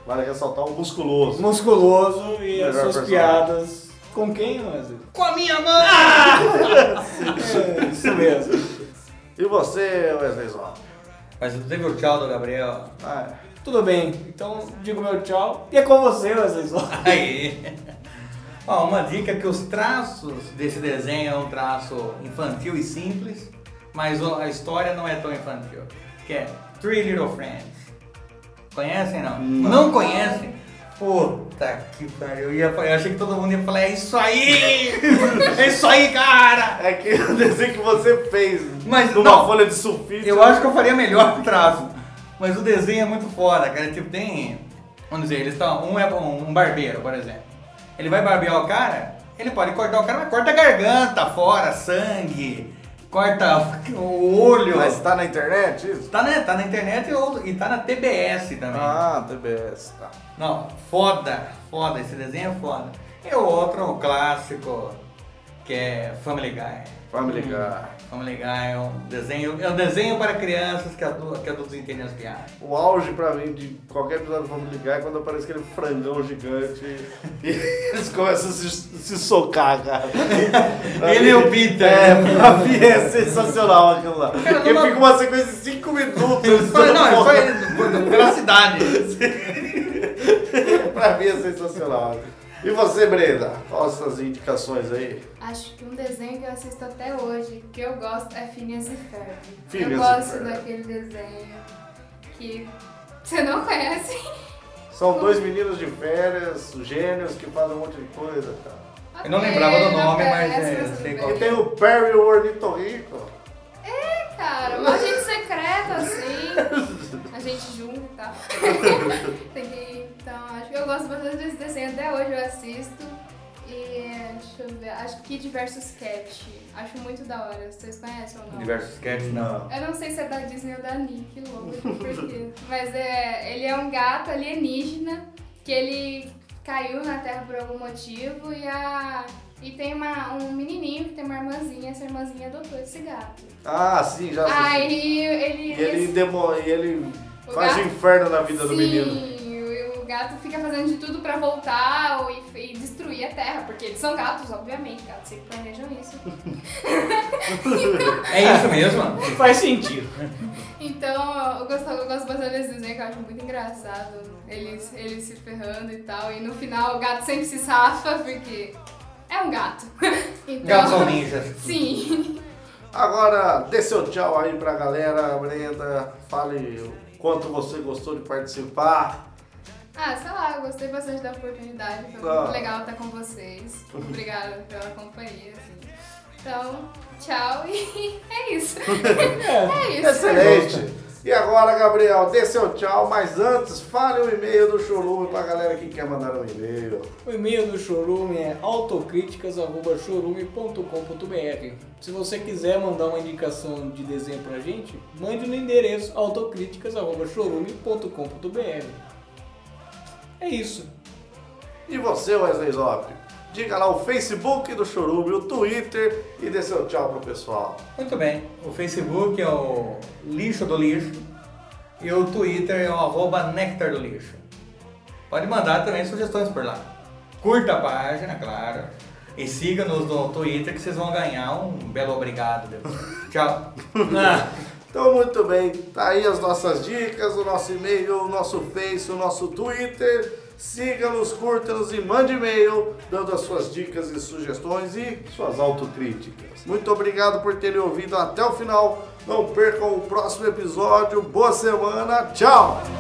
C: Vale ressaltar o musculoso.
H: Musculoso e
C: Melhor
H: as suas
C: personagem.
H: piadas. Com quem, Wesley?
D: Com a minha
H: Ah!
D: mãe!
H: É, isso mesmo.
C: E você, Wesley Zop?
D: Mas tu teve o tchau do Gabriel.
C: Ah,
H: Tudo bem, então digo meu tchau. E é com você, Wesley Zó.
D: Aí. Ó, uma dica é que os traços desse desenho é um traço infantil e simples, mas o- a história não é tão infantil. Que é Three Little Friends. Conhecem não? Não, conhecem? Puta que pariu. Eu, ia- eu achei que todo mundo ia falar, é isso aí! é isso aí, cara!
C: É que o desenho que você fez
D: Mas
C: numa
D: não.
C: folha de sulfite.
D: Eu acho que eu faria melhor o traço. Mas o desenho é muito foda, cara. Tipo, tem. Vamos dizer, eles estão. Um é um um barbeiro, por exemplo. Ele vai barbear o cara, ele pode cortar o cara, mas corta a garganta fora, sangue, corta o olho.
C: Mas tá na internet isso?
D: Tá, né? tá na internet e ou- e tá na TBS também.
C: Ah, TBS, tá.
D: Não, foda, foda, esse desenho é foda. E o outro, o clássico, que é Family Guy.
C: Family Guy.
D: Family Guy é um desenho, é um desenho para crianças que, adu que adultos entendem as piadas.
C: O auge pra mim de qualquer episódio do Family Guy é quando aparece aquele frangão gigante e eles começam a se, se socar, cara. Pra
D: Ele
C: mim-
D: é o Peter.
C: É, pra mim é sensacional aquilo lá. Porque
D: numa-
C: fica uma sequência de 5 minutos. eles
D: Foi-
C: dando
D: não, é
C: volta.
D: foi velocidade.
C: pra mim é sensacional. E você, Brenda? Qual as suas indicações aí?
F: Acho que um desenho que eu assisto até hoje, que eu gosto, é Phineas e Ferb.
C: Phineas e
F: eu gosto
C: Ferb.
F: daquele desenho que você não conhece.
C: São dois meninos de férias, gênios que fazem um monte de coisa. Tá?
D: Eu não lembrava do
F: Ok,
D: nome,
F: não
D: mas
F: conhece,
D: é,
F: mas
D: sei
F: tudo
D: qual
C: E
F: bem.
C: tem o Perry o Ornitorrinco.
F: É, cara, uma gente secreta, assim. A gente junta e tal. Tem que- então, acho que eu gosto bastante desse desenho. Até hoje eu assisto. E deixa eu ver. Acho que Kid vs Cat. Acho muito da hora. Vocês conhecem ou não?
D: Diversos cats, não.
F: Eu não sei se é da Disney ou da Nick, logo, porque. Mas é, ele é um gato alienígena que ele caiu na Terra por algum motivo e a. E tem uma, um menininho que tem uma irmãzinha, essa irmãzinha adotou esse gato.
C: Ah, sim, já assisti.
F: Aí ele.
C: E ele, demo... e ele
F: O
C: faz o
F: gato?
C: inferno na vida do
F: Sim,
C: menino.
F: e o gato fica fazendo de tudo pra voltar ou- e, e destruir a Terra, porque eles são gatos, obviamente, gatos sempre planejam isso.
D: É isso mesmo?
H: Faz sentido.
F: né, Então, eu gosto, eu gosto bastante desse desenho, que eu acho muito engraçado. ele, ele se ferrando e tal. E no final o gato sempre se safa, porque é um gato. Então,
D: Gatos são ninjas.
F: Sim.
C: Agora, dê seu tchau aí pra galera, Brenda. Fale o quanto você gostou de participar.
F: Ah, sei lá, eu gostei bastante da oportunidade. Foi
C: Ah.
F: muito legal estar com vocês. Obrigada pela companhia, assim. Então, tchau e é isso. É, isso.
C: Excelente. E agora, Gabriel, dê seu tchau, mas antes, fale o e-mail do Chorume pra galera que quer mandar um e-mail.
L: O e-mail do Chorume é autocríticas.chorume.com.br. Se você quiser mandar uma indicação de desenho pra gente, mande no endereço autocríticas.chorume.com.br. É isso.
C: E você, Wesley Zop? Diga lá o Facebook do Chorume, o Twitter e dê seu tchau pro pessoal.
D: Muito bem. O Facebook é o lixo do lixo e o Twitter é o arroba nectar do lixo. Pode mandar também sugestões por lá. Curta a página, claro. E siga-nos no Twitter que vocês vão ganhar um belo obrigado. depois. Tchau. Ah.
C: Então, muito bem, tá aí as nossas dicas, o nosso e-mail, o nosso Face, o nosso Twitter. Siga-nos, curta-nos e mande e-mail dando as suas dicas e sugestões e suas autocríticas. Muito obrigado por terem ouvido até o final. Não percam o próximo episódio. Boa semana, tchau!